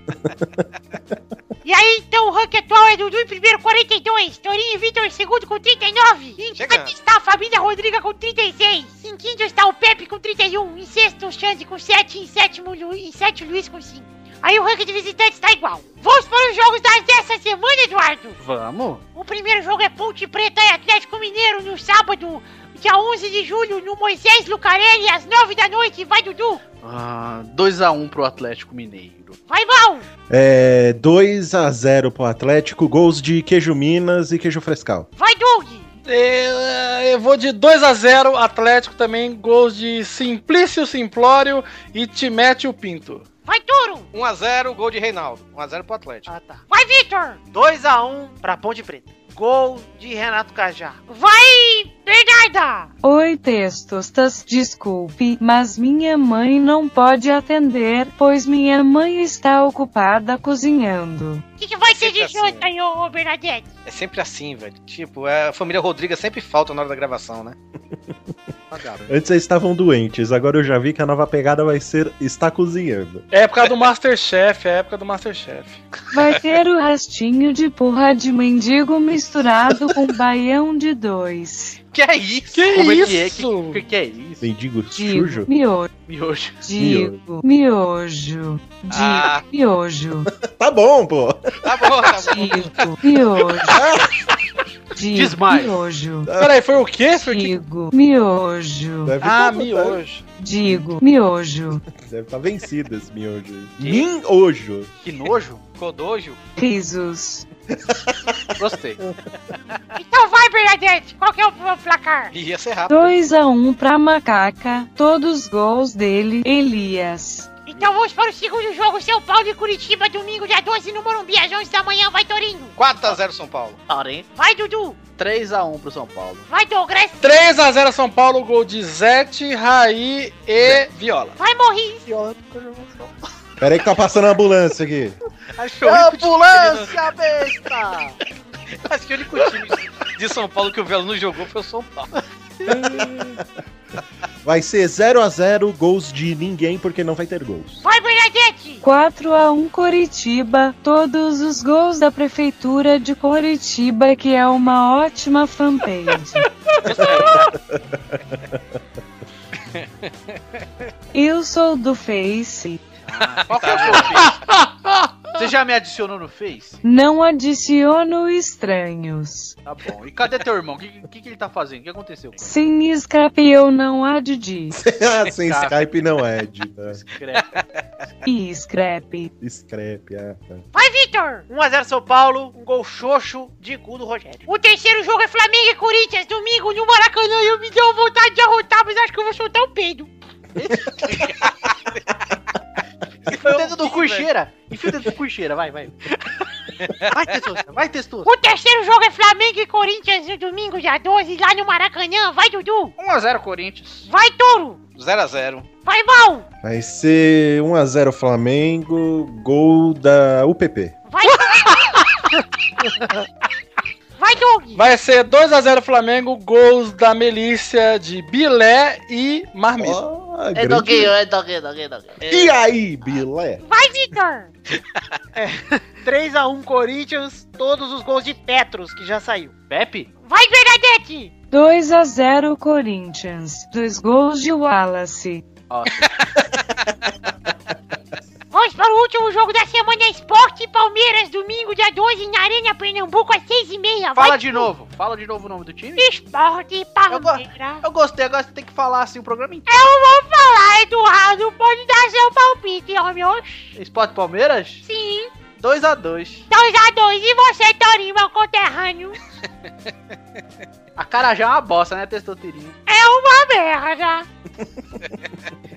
Speaker 8: E aí então o ranking atual é Dudu em primeiro 42, Torinho e Vitor em segundo com 39. Em
Speaker 6: Chegando.
Speaker 8: quarto está a família Rodriga com 36. Em quinto está o Pepe com 31. Em sexto o Xande com 7. Em sétimo Lu... em sete, o Luiz com 5. Aí o ranking de visitantes está igual. Vamos para os jogos da- dessa semana, Eduardo.
Speaker 5: Vamos.
Speaker 8: O primeiro jogo é Ponte Preta e Atlético Mineiro no sábado, dia 11 de julho, no Moisés Lucarelli, às 9 da noite. Vai, Dudu!
Speaker 5: Ah, 2x1 pro Atlético Mineiro.
Speaker 8: Vai, mal!
Speaker 4: É 2x0 pro Atlético, gols de queijo Minas e queijo frescal.
Speaker 8: Vai, Doug!
Speaker 1: eh, Eu, eu vou de 2 a 0 Atlético também, gols de Simplício Simplório e Timéteo Pinto.
Speaker 8: Vai, Turo!
Speaker 6: 1x0, gol de Reinaldo. 1x0 pro Atlético.
Speaker 7: Ah, tá.
Speaker 8: Vai, Vitor!
Speaker 7: 2x1 pra Ponte Preta. Gol de Renato Cajá.
Speaker 8: Vai, Bernarda!
Speaker 9: Oi, Testostas, desculpe, mas minha mãe não pode atender, pois minha mãe está ocupada cozinhando.
Speaker 8: O que, que vai ter
Speaker 6: Sempre
Speaker 8: de
Speaker 6: assim,
Speaker 8: janta aí, ô ô, Bernadette?
Speaker 6: É sempre assim, velho. Tipo, é, a família Rodrigues sempre falta na hora da gravação, né?
Speaker 4: Antes eles estavam doentes, agora eu já vi que a nova pegada vai ser está cozinhando.
Speaker 1: É época do Masterchef, é época do Masterchef.
Speaker 9: Vai ter o restinho de porra de mendigo misturado com baião de dois.
Speaker 5: Que é isso?
Speaker 1: Que
Speaker 5: Como
Speaker 1: isso?
Speaker 5: é que é? Que, que, que é isso?
Speaker 4: Mendigo
Speaker 9: Digo,
Speaker 4: sujo?
Speaker 9: miojo,
Speaker 5: Miojo.
Speaker 9: digo, miojo,
Speaker 6: Ah.
Speaker 9: digo, miojo,
Speaker 4: Tá bom, pô.
Speaker 6: Tá bom, tá bom.
Speaker 9: digo, miojo,
Speaker 5: Diz
Speaker 9: digo,
Speaker 5: mais.
Speaker 9: miojo,
Speaker 1: Peraí, foi o quê? Foi o quê?
Speaker 9: digo, miojo,
Speaker 4: Deve
Speaker 1: Ah,
Speaker 4: tá-
Speaker 1: miojo.
Speaker 9: digo, miojo,
Speaker 4: Deve estar vencido esse miojo. Minhojo.
Speaker 5: Que nojo.
Speaker 6: Codojo?
Speaker 9: risos.
Speaker 5: Gostei.
Speaker 8: Então vai, Bernadette! Qual que é o o placar?
Speaker 6: Ih, Ia ser rápido.
Speaker 9: 2 a 1 pra Macaca, todos Um gols dele, Elias.
Speaker 8: Então vamos para o segundo jogo, São Paulo e Curitiba, domingo, dia 12, no Morumbi, às 11 da manhã. Vai, Torinho!
Speaker 6: 4x0 São Paulo.
Speaker 8: Vai, Dudu!
Speaker 5: 3x1 pro São Paulo.
Speaker 8: Vai, Douglas!
Speaker 1: 3 a 0 São Paulo, gol de Zete, Raí e Viola.
Speaker 8: Vai, Morris!
Speaker 4: Pera aí que tá passando a ambulância aqui.
Speaker 2: Ambulância, besta!
Speaker 7: Tá
Speaker 6: Acho que o único time de São Paulo que o Velo não jogou foi o São Paulo.
Speaker 4: Vai ser 0x0 gols de ninguém, porque não vai ter gols.
Speaker 8: Vai, Bernadette!
Speaker 9: 4 a 1 Coritiba, todos os gols da prefeitura de Coritiba, que é uma ótima fanpage. Eu sou do Face.
Speaker 5: Qual que
Speaker 2: Tá
Speaker 5: é o seu Face? Você já me adicionou no Face?
Speaker 9: Não adiciono estranhos.
Speaker 5: Tá bom. E cadê teu irmão? O que, que, que ele tá fazendo? O que aconteceu?
Speaker 9: Sem escape eu não há de
Speaker 4: Ah, Sem Skype não é, Dita.
Speaker 9: E scrap.
Speaker 4: Scrap, ah, tá.
Speaker 8: Vai, Vitor!
Speaker 7: 1x0 São Paulo, um gol xoxo de cu do Rogério.
Speaker 8: O terceiro jogo é Flamengo e Corinthians, domingo no Maracanã. Eu me deu vontade de arrotar, mas acho que eu vou soltar um peido.
Speaker 5: né?
Speaker 2: Enfia o dedo no cu e cheira. Enfia o dedo no cu e cheira, vai, vai.
Speaker 3: Vai, Testosta, vai, Testosta.
Speaker 8: O terceiro jogo é Flamengo e Corinthians no domingo, dia 12, lá no Maracanã. Vai, Dudu.
Speaker 5: 1x0 Corinthians.
Speaker 8: Vai, Touro.
Speaker 6: 0x0.
Speaker 8: Vai, Mal.
Speaker 4: Vai ser 1x0 Flamengo, gol da UPP.
Speaker 8: Vai, vai Doug.
Speaker 9: Vai ser 2x0 Flamengo, gols da Melícia de Bilé e Marmita.
Speaker 4: Ó,
Speaker 2: É
Speaker 4: grande-
Speaker 2: doguinho, é doguinho, doguinho, doguinho.
Speaker 4: E aí, Bilé?
Speaker 8: Vai, Victor.
Speaker 7: 3x1 Corinthians, todos os gols de Petros, que já saiu.
Speaker 5: Pepe?
Speaker 8: Vai, Bernadette.
Speaker 10: 2 a 0 Corinthians. Dois gols de Wallace.
Speaker 8: Vamos para o último jogo da semana Esporte e Palmeiras, domingo, dia 12, na Arena Pernambuco, às 6h30.
Speaker 5: Fala de novo. Fala de novo o nome do time.
Speaker 8: Esporte e Palmeiras.
Speaker 5: Eu gostei, agora você tem que falar assim o programa inteiro.
Speaker 8: Eu vou falar, Ah, Eduardo, pode dar seu palpite, homens.
Speaker 5: Esporte Palmeiras?
Speaker 8: Sim,
Speaker 5: 2x2.
Speaker 8: 2x2. E você, Torinho, meu conterrâneo?
Speaker 5: A Carajá é uma bosta, né, Testoteirinho?
Speaker 8: É uma merda.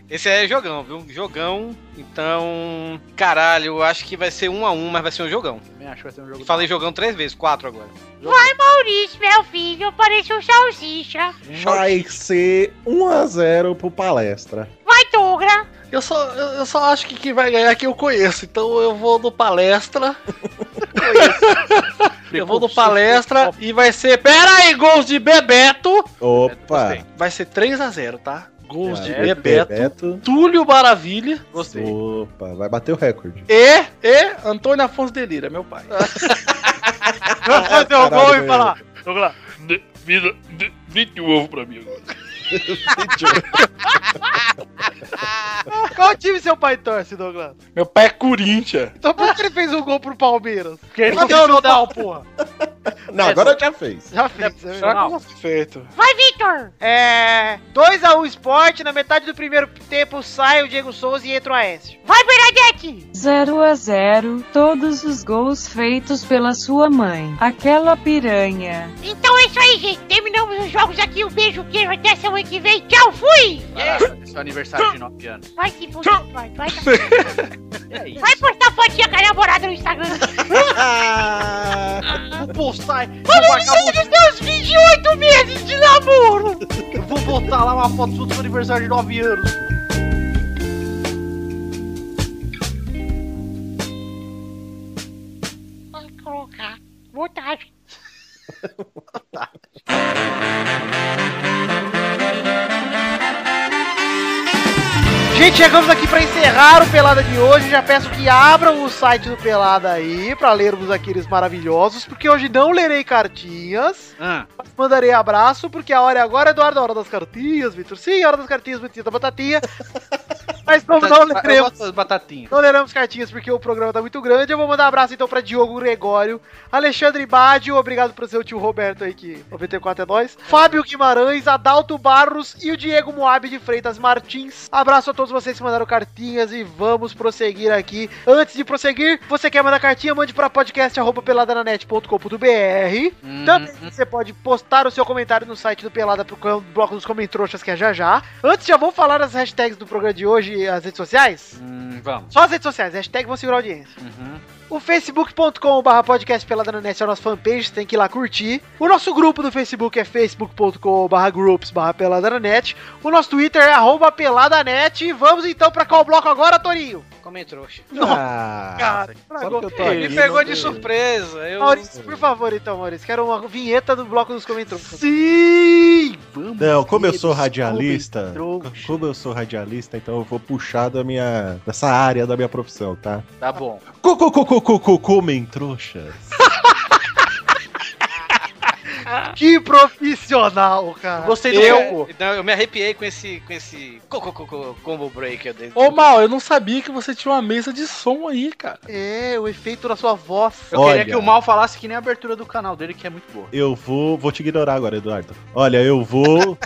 Speaker 6: Esse é jogão, viu? Jogão. Então, caralho, eu acho que vai ser 1 a 1 mas vai ser um jogão.
Speaker 5: Também acho que vai ser um jogo.
Speaker 6: Eu falei jogão três vezes, quatro agora.
Speaker 8: Vai, Maurício, meu filho, parece um salsicha.
Speaker 4: Vai ser 1x0 pro palestra.
Speaker 8: Vai, Togra.
Speaker 9: Eu só, eu, eu só acho que quem vai ganhar é quem eu conheço. Então eu vou no palestra. eu vou no palestra e vai ser. Pera aí, gols de Bebeto.
Speaker 4: Opa!
Speaker 9: Vai ser 3x0, tá? Gols de
Speaker 4: Vai,
Speaker 9: Bebeto, Túlio Maravilha
Speaker 5: Gostei.
Speaker 4: Opa, vai bater o recorde.
Speaker 9: e, e Antônio Afonso Delira, meu pai.
Speaker 7: Vai fazer o
Speaker 4: Caralho,
Speaker 7: gol e
Speaker 4: velho.
Speaker 7: falar. Vamos lá. Qual time seu pai torce, Douglas?
Speaker 9: Meu pai é Corinthians.
Speaker 7: Então por que ele fez um gol pro Palmeiras?
Speaker 9: Porque ele
Speaker 7: Não deu, não dá, porra.
Speaker 4: Não, agora já fez.
Speaker 7: Já fez. É,
Speaker 9: Será que não foi feito?
Speaker 8: Vai, Victor.
Speaker 7: é 2x1 Sport, na metade do primeiro tempo sai o Diego Souza e entra o Aécio.
Speaker 8: Vai, Bernadette.
Speaker 10: 0 a 0 Todos os gols feitos pela sua mãe. Aquela piranha.
Speaker 8: Então é isso aí, gente. Terminamos os jogos aqui. Um beijo, queijo. Até semana que vem. Tchau, fui.
Speaker 5: Caraca, Seu aniversário de 9 anos.
Speaker 8: Vai se fuder, vai. Vai,
Speaker 3: É
Speaker 8: vai postar fotinha com a namorada no Instagram.
Speaker 3: Vou postar,
Speaker 8: Olha o menino dos meus 28 meses de namoro.
Speaker 3: eu vou botar lá uma foto sua do seu aniversário de 9 anos.
Speaker 8: Vai colocar. Vontade.
Speaker 7: Gente, chegamos aqui pra encerrar o Pelada de hoje. Já peço que abram o site do Pelada aí pra lermos aqueles maravilhosos, porque hoje não lerei cartinhas.
Speaker 5: Ah,
Speaker 7: Mas mandarei abraço, porque a hora é agora, Eduardo, a hora das cartinhas, Vitor. Sim, a hora das cartinhas, Vitinho da Batatinha. Mas não, não
Speaker 5: Tá, eu
Speaker 7: leremos.
Speaker 5: gosto das batatinhas.
Speaker 7: Não leremos cartinhas porque o programa tá muito grande. Eu vou mandar abraço então pra Diogo Gregório, Alexandre Badio, obrigado pro seu tio Roberto aí, que 94 é nós. Fábio Guimarães, Adalto Barros e o Diego Moab de Freitas Martins. Abraço a todos vocês que mandaram cartinhas e vamos prosseguir aqui. Antes de prosseguir, você quer mandar cartinha? Mande pra podcast.peladananet.com.br.
Speaker 5: Hum, tá
Speaker 7: Também você pode postar o seu comentário no site do Pelada pro can- bloco dos Comentroxas, que é já já. Antes, já vamos falar as hashtags do programa de hoje e as redes sociais?
Speaker 5: Hum, vamos.
Speaker 7: Só as redes sociais, hashtag vão segurar a audiência.
Speaker 5: Uhum.
Speaker 7: O facebook.com.br podcast é a nossa fanpage, você tem que ir lá curtir. O nosso grupo do Facebook é facebook.com.br groups barra peladanet. O nosso Twitter é arroba peladanet. Vamos então pra qual bloco agora, Torinho?
Speaker 6: Comentrouxa.
Speaker 4: Ah,
Speaker 7: Cara,
Speaker 4: só que
Speaker 7: estragou.
Speaker 4: eu tô aqui,
Speaker 6: Me pegou
Speaker 4: não
Speaker 6: de
Speaker 4: tem-
Speaker 6: surpresa. Eu...
Speaker 7: Maurício, por favor, então, Maurício, quero uma vinheta do bloco dos comentários.
Speaker 3: Sim! Vamos
Speaker 4: Não, como eu
Speaker 3: ver
Speaker 4: sou
Speaker 3: os
Speaker 4: radialista,
Speaker 3: Trouxa.
Speaker 4: como eu sou radialista, então eu vou puxar da minha, dessa área da minha profissão, tá?
Speaker 5: Tá bom.
Speaker 4: Co- co- co- co- co- co- Comem trouxas.
Speaker 7: Que profissional, cara.
Speaker 5: Gostei do
Speaker 6: Eu,
Speaker 5: jogo.
Speaker 6: não, eu me arrepiei com esse, com esse co- co- co- co- combo breaker dele.
Speaker 9: Ô, Mal, eu não sabia que você tinha uma mesa de som aí, cara.
Speaker 7: É, o efeito da sua voz.
Speaker 5: Eu
Speaker 4: Olha.
Speaker 5: queria que o Mal falasse que nem a abertura do canal dele, que é muito boa.
Speaker 4: Eu vou. Vou te ignorar agora, Eduardo. Olha, eu vou.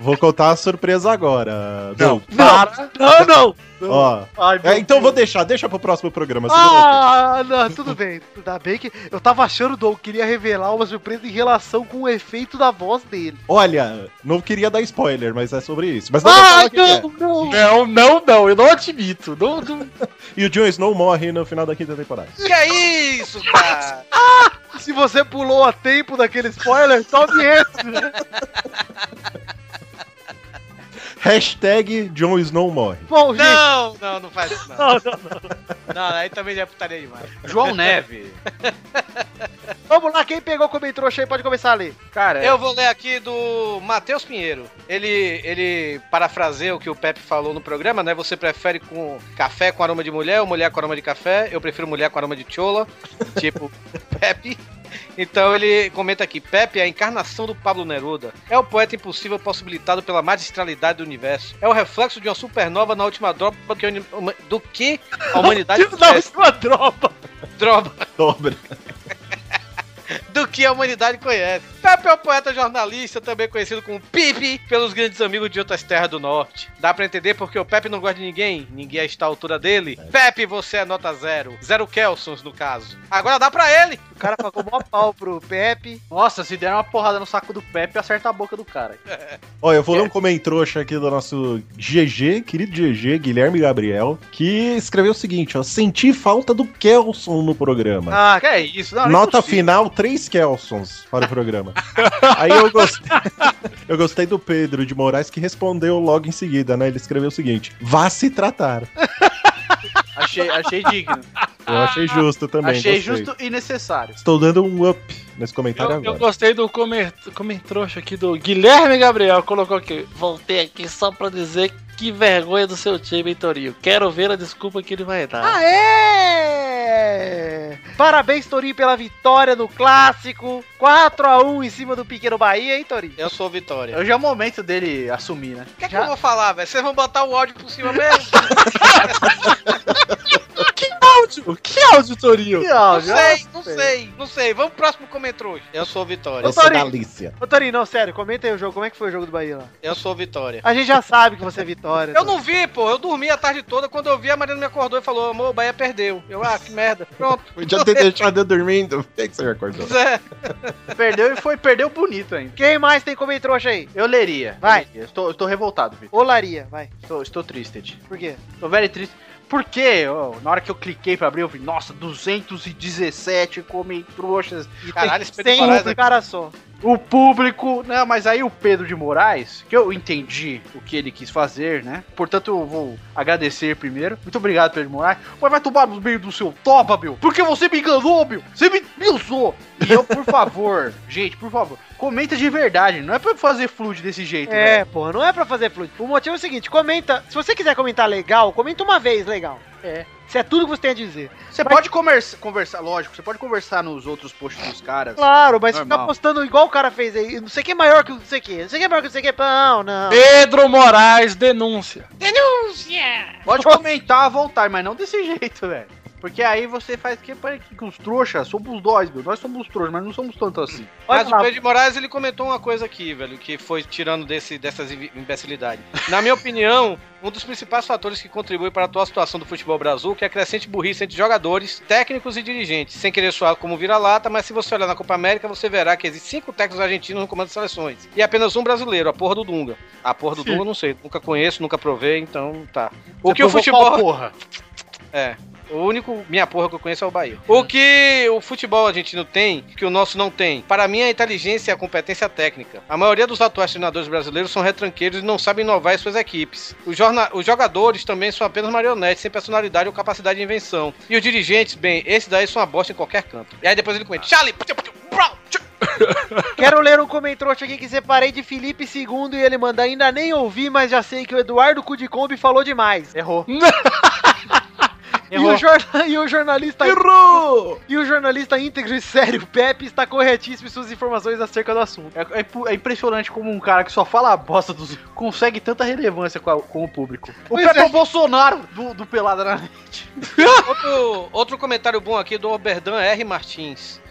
Speaker 4: Vou contar a surpresa agora.
Speaker 9: Não.
Speaker 4: Doug.
Speaker 7: Não, não, não.
Speaker 4: Ó.
Speaker 7: Ai, meu
Speaker 4: É, então vou deixar, deixa pro próximo programa. segura
Speaker 7: Ah, não, tudo bem. Ainda bem que eu tava achando o Dom queria revelar uma surpresa em relação com o efeito da voz dele.
Speaker 4: você. Olha, não queria dar spoiler, mas é sobre isso. Mas não vou falar
Speaker 7: Ah,
Speaker 4: o que
Speaker 7: não, não.
Speaker 9: Não, não, não, eu não admito. Não, não.
Speaker 4: é. E o Jon Snow morre no final da quinta temporada.
Speaker 6: Que é isso, cara?
Speaker 7: Se você pulou a tempo daquele spoiler, sobe esse.
Speaker 4: Hashtag Jon Snow morre.
Speaker 7: Bom, gente,
Speaker 6: Não, não, não faz isso, não. Não, aí também já é putaria demais.
Speaker 5: João Neve.
Speaker 7: vamos lá. Quem pegou como entrou aí pode começar a ler.
Speaker 5: Cara,
Speaker 6: Eu vou ler aqui do Matheus Pinheiro. Ele, ele parafraseia o que o Pepe falou no programa, né? Você prefere com café com aroma de mulher ou mulher com aroma de café? Eu prefiro mulher com aroma de chola, tipo Pepe. Então ele comenta aqui: Pepe é a encarnação do Pablo Neruda. É o poeta impossível possibilitado pela magistralidade do universo. É o reflexo de uma supernova na última dropa que a uni- uma- do que a humanidade
Speaker 7: Tipo, não,
Speaker 6: conhece.
Speaker 7: isso é uma dropa.
Speaker 6: Dropa
Speaker 4: Dobra.
Speaker 6: do que a humanidade conhece. Pepe é um poeta jornalista, também conhecido como Pipe, pelos grandes amigos de outras terras do norte. Dá pra entender porque o Pepe não gosta de ninguém, ninguém está à altura dele. Pepe, você é nota zero. Zero Kelsons, no caso. Agora dá pra ele!
Speaker 7: O cara pagou mó pau pro Pepe.
Speaker 5: nossa, se der uma porrada no saco do Pepe, acerta a boca do cara.
Speaker 4: Ó, eu vou ler um comentrouxa aqui do nosso GG, querido GG, Guilherme Gabriel, que escreveu o seguinte, ó. Senti falta do Kelson no programa.
Speaker 7: Ah,
Speaker 5: Que é isso? Não, não é
Speaker 4: Nota
Speaker 5: possível.
Speaker 4: final, três Kelsons para o programa. Aí eu gostei, eu gostei do Pedro de Moraes que respondeu logo em seguida, né? Ele escreveu o seguinte: vá se tratar.
Speaker 5: Achei, achei digno.
Speaker 4: Eu
Speaker 9: Ah,
Speaker 4: achei justo também.
Speaker 5: achei
Speaker 4: gostei.
Speaker 5: justo e necessário.
Speaker 4: Estou dando um up nesse
Speaker 9: Eu,
Speaker 4: comentário
Speaker 9: eu
Speaker 4: agora.
Speaker 9: gostei do comer- comentrouxa aqui do Guilherme Gabriel. Colocou aqui. Voltei aqui só pra dizer que vergonha do seu time, hein, Torinho. Quero ver a desculpa que ele vai dar.
Speaker 7: Aê! Parabéns, Torinho, pela vitória no clássico. 4x1 em cima do Pequeno Bahia, hein, Torinho?
Speaker 6: Eu sou Vitória.
Speaker 5: Hoje é o momento dele assumir, né?
Speaker 6: O que é que eu vou falar, velho? Vocês vão botar o áudio por cima mesmo?
Speaker 9: áudio? Que áudio, Torinho?
Speaker 6: Não sei, não sei, não sei. Vamos pro próximo comentário. Eu sou Vitória.
Speaker 4: Eu sou da Alicia.
Speaker 7: Ô, Torinho, não, sério, comenta aí o jogo. Como é que foi o jogo do Bahia lá?
Speaker 6: Eu sou Vitória.
Speaker 7: A gente já sabe que você é vitória.
Speaker 6: Eu
Speaker 7: Torinho.
Speaker 6: não vi, pô. Eu dormi a tarde toda. Quando eu vi, a Mariana me acordou e falou: amor, o Bahia perdeu. Eu, ah, que merda. Pronto.
Speaker 4: Podia ter deixado eu dormindo. Por que que você me acordou?
Speaker 6: Pois é.
Speaker 5: Perdeu e foi, perdeu bonito ainda.
Speaker 7: Quem mais tem como trouxa aí?
Speaker 5: Eu leria.
Speaker 7: Vai.
Speaker 5: Eu estou, eu estou revoltado, Vitor.
Speaker 7: Olaria, vai.
Speaker 5: Estou, estou triste.
Speaker 7: Por quê?
Speaker 5: Tô very triste. Porque, ó, na hora que eu cliquei pra abrir, eu vi, nossa, 217 comem trouxas.
Speaker 6: Caralho, esse Pedro
Speaker 7: Sem
Speaker 6: Moraes
Speaker 7: um cara só.
Speaker 5: O público. Não, mas aí o Pedro de Moraes, que eu entendi o que ele quis fazer, né? Portanto, eu vou agradecer primeiro. Muito obrigado, Pedro de Moraes. Mas vai tomar no meio do seu topa, meu. Porque você me enganou, meu. Você me, me usou. E eu, por favor, gente, por favor, comenta de verdade. Não é pra eu fazer fluid desse jeito, velho.
Speaker 7: É, porra, não é pra fazer fluid. O motivo é o seguinte, comenta. Se você quiser comentar legal, comenta uma vez legal.
Speaker 5: É.
Speaker 7: Se é tudo que você tem a dizer.
Speaker 5: Você pode conversa, conversar, lógico, você pode conversar nos outros posts dos caras.
Speaker 7: Claro, mas ficar
Speaker 5: Normal.
Speaker 7: postando igual o cara fez aí. Não sei o que é maior que não sei o que. Não sei o que é maior que não sei o que. Não, não.
Speaker 9: Pedro Moraes denúncia.
Speaker 8: Denúncia!
Speaker 5: Pode comentar à vontade, mas não desse jeito, velho. Porque aí você faz que, pare- que os trouxas somos nós, meu. Nós somos trouxas, mas não somos tanto assim.
Speaker 7: Olha
Speaker 6: Mas
Speaker 7: lá.
Speaker 6: o Pedro de Moraes ele comentou uma coisa aqui, velho, que foi tirando desse, dessas imbe- imbecilidades. Na minha opinião, um dos principais fatores que contribui para a atual situação do futebol brasileiro que é a crescente burrice entre jogadores, técnicos e dirigentes. Sem querer soar como vira-lata, mas se você olhar na Copa América, você verá que existem cinco técnicos argentinos no comando de seleções. E apenas um brasileiro, a porra do Dunga. A porra do Dunga eu não sei, nunca conheço, nunca provei, então tá. O
Speaker 5: Você
Speaker 6: que o
Speaker 5: provocou
Speaker 6: futebol.
Speaker 5: a Porra.
Speaker 6: É. O único minha porra que eu conheço é o Bahia. O que o futebol argentino tem, que o nosso não tem, para mim é a inteligência e a competência técnica. A maioria dos atuais treinadores brasileiros são retranqueiros e não sabem inovar em suas equipes. Os, jorna- os jogadores também são apenas marionetes, sem personalidade ou capacidade de invenção. E os dirigentes, bem, esses daí são uma bosta em qualquer canto. E aí depois ele comenta, Charlie! ptiu, ptiu, brau, tchiu."
Speaker 7: Quero ler um comentário aqui que separei de Felipe II e ele manda ainda nem ouvi, mas já sei que o Eduardo Cudicombi falou demais.
Speaker 5: Errou.
Speaker 7: E o, jorna- e o jornalista
Speaker 4: Errou!
Speaker 7: e o jornalista íntegro e sério Pepe está corretíssimo em suas informações acerca do assunto.
Speaker 5: É, é impu- é impressionante como um cara que só fala a bosta dos. consegue tanta relevância com, a- com o público. O
Speaker 7: Pois
Speaker 5: Pepe
Speaker 7: é.
Speaker 5: é o Bolsonaro do, do Pelada na Net.
Speaker 6: Outro, outro comentário bom aqui do Oberdan é R. Martins.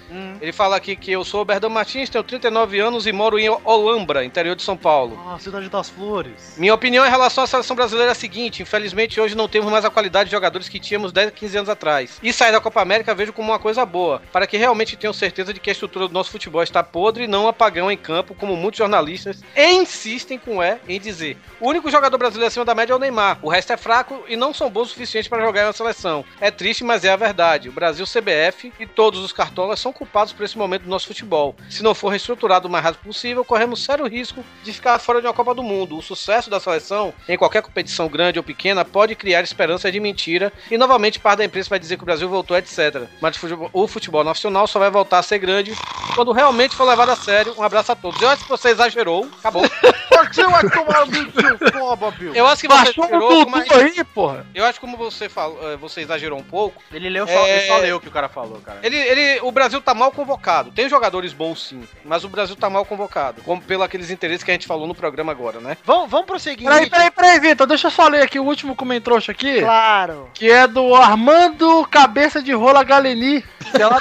Speaker 6: Ele fala aqui que eu sou o Berdão Martins, tenho 39 anos e moro em Olambra, interior de São Paulo.
Speaker 7: Ah, Cidade das Flores.
Speaker 6: Minha opinião em relação à seleção brasileira é a seguinte: infelizmente hoje não temos mais a qualidade de jogadores que tínhamos 10, 15 anos atrás. E sair da Copa América vejo como uma coisa boa, para que realmente tenham certeza de que a estrutura do nosso futebol está podre e não um apagão em campo, como muitos jornalistas insistem com é em dizer. O único jogador brasileiro acima da média é o Neymar. O resto é fraco e não são bons o suficiente para jogar na seleção. É triste, mas é a verdade. O Brasil CBF e todos os cartolas são culpados por esse momento do nosso futebol. Se não for reestruturado o mais rápido possível, corremos sério risco de ficar fora de uma Copa do Mundo. O sucesso da seleção, em qualquer competição grande ou pequena, pode criar esperança de mentira e novamente parte da imprensa vai dizer que o Brasil voltou, etc. Mas o futebol- o futebol nacional só vai voltar a ser grande quando realmente for levado a sério. Um abraço a todos. Eu acho que você exagerou. Acabou.
Speaker 3: Você vai tomar no teu coba, Bill.
Speaker 6: Eu acho que você
Speaker 9: Baixou
Speaker 6: exagerou,
Speaker 9: o
Speaker 6: mas
Speaker 9: Dudu aí, porra.
Speaker 6: eu acho que como você, falou, eh, você exagerou um pouco.
Speaker 5: Ele leu só,
Speaker 6: É.
Speaker 5: ele só leu o que o cara falou, cara.
Speaker 6: Ele, ele, o Brasil tá mal convocado. Tem jogadores bons sim, mas o Brasil tá mal convocado. Como pelos aqueles interesses que a gente falou no programa agora, né?
Speaker 7: Vamos, vamos prosseguir.
Speaker 9: Peraí, peraí, peraí, Vitor. Deixa eu só ler aqui o último comentrouxa aqui.
Speaker 7: Claro.
Speaker 9: Que é do Armando Cabeça de Rola Galeni. que é lá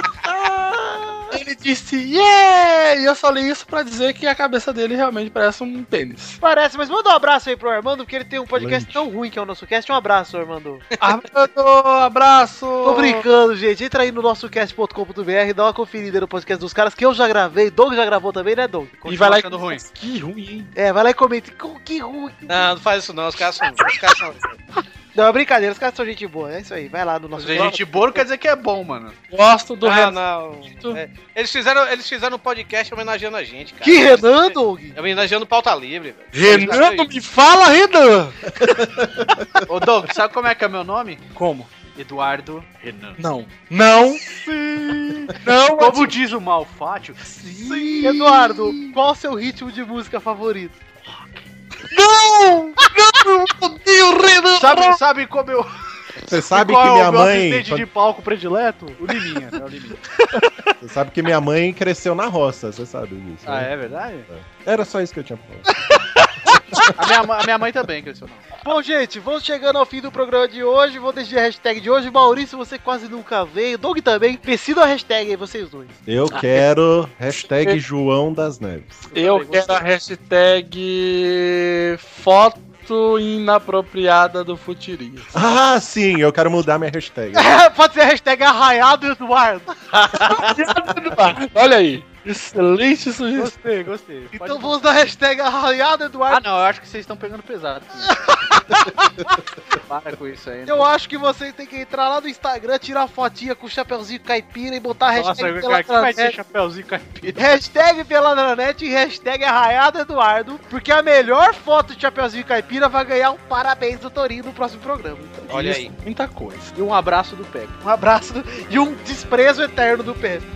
Speaker 9: do- Ele disse, yeah! E eu só li isso pra dizer que a cabeça dele realmente parece um tênis.
Speaker 7: Parece, mas manda um abraço aí pro Armando, porque ele tem um podcast
Speaker 4: Lente.
Speaker 7: tão ruim que é o nosso cast. Um abraço, Armando.
Speaker 9: Armando, abraço!
Speaker 7: Tô brincando, gente. Entra aí no nosso cast.com.br, dá uma conferida no podcast dos caras que eu já gravei. Doug já gravou também, né, Doug?
Speaker 9: E vai lá e...
Speaker 5: achando ruim.
Speaker 9: Que ruim, hein?
Speaker 7: É, vai lá e comenta. "Co- Que ruim.
Speaker 6: Não, não faz isso não. Os caras são. Os caras são.
Speaker 7: Não, é brincadeira, os caras são gente boa. É isso aí, vai lá no nosso
Speaker 5: Gente, gente boa não quer dizer que é bom, mano.
Speaker 9: Gosto do
Speaker 6: Ah,
Speaker 9: Renan.
Speaker 6: não. É, eles, fizeram, eles fizeram um podcast homenageando a gente, cara.
Speaker 7: Que Renan, Doug?
Speaker 6: Homenageando pauta livre, velho.
Speaker 9: Renan, não me fala, Renan!
Speaker 5: Ô, Doug, sabe como é que é meu nome?
Speaker 9: Como?
Speaker 5: Eduardo Renan.
Speaker 9: Não. Não. Não.
Speaker 5: Como diz o Malfátio,
Speaker 7: Então, Eduardo, qual o seu ritmo de música favorito?
Speaker 5: sabe, sabe como eu.
Speaker 4: Você sabe que
Speaker 5: qual é
Speaker 4: minha
Speaker 5: o meu
Speaker 4: mãe.
Speaker 5: assistente de palco predileto? O Liminha, é o Liminha.
Speaker 4: Você sabe que minha mãe cresceu na roça, você sabe disso.
Speaker 5: Ah,
Speaker 4: né?
Speaker 5: é verdade?
Speaker 4: Era só isso que eu tinha pra falar.
Speaker 5: A minha, ma- a minha mãe tá também cresceu. não.
Speaker 7: Bom, gente, vamos chegando ao fim do programa de hoje. Vou decidir a hashtag de hoje. Maurício, você quase nunca veio. Doug também. Decidam a hashtag aí, vocês dois.
Speaker 4: Eu quero hashtag João das Neves.
Speaker 9: Eu quero a hashtag foto inapropriada do Futirinha.
Speaker 4: Ah, sim, eu quero mudar minha hashtag.
Speaker 7: Pode ser a hashtag arraiado Eduardo.
Speaker 9: Olha aí. Excelente sugestão.
Speaker 5: Gostei, gostei. Pode-
Speaker 7: Então vamos na hashtag arraiado Eduardo.
Speaker 5: Ah, não, eu acho que vocês estão pegando pesado. Para com isso aí. né?
Speaker 7: Eu acho que vocês têm que entrar lá no Instagram, tirar a fotinha com o chapeuzinho caipira e botar a
Speaker 5: Nossa, cara,
Speaker 7: hashtag
Speaker 5: que vai ser
Speaker 7: Peladranete.
Speaker 5: chapeuzinho caipira?
Speaker 7: Hashtag Peladranete e hashtag Arraiado Eduardo, porque a melhor foto de Chapeuzinho Caipira vai ganhar um parabéns do Torinho no próximo programa. Então,
Speaker 6: Olha aí.
Speaker 9: Muita coisa.
Speaker 5: E um abraço do Pepe.
Speaker 7: Um abraço e um desprezo eterno do Pepe.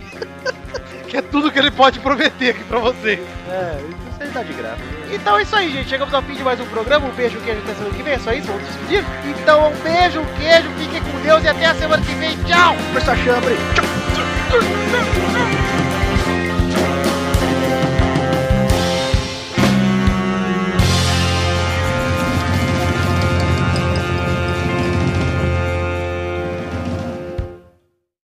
Speaker 7: que é tudo que ele pode prometer aqui pra vocês.
Speaker 5: É, isso aí tá de graça.
Speaker 7: Então é isso aí, gente. Chegamos ao fim de mais um programa. Um beijo, um queijo, até semana que vem. É só isso, vamos despedir. Então, um beijo, um queijo, fiquem com Deus e até a semana que vem. Tchau!
Speaker 5: Presta chambre.
Speaker 8: Tchau.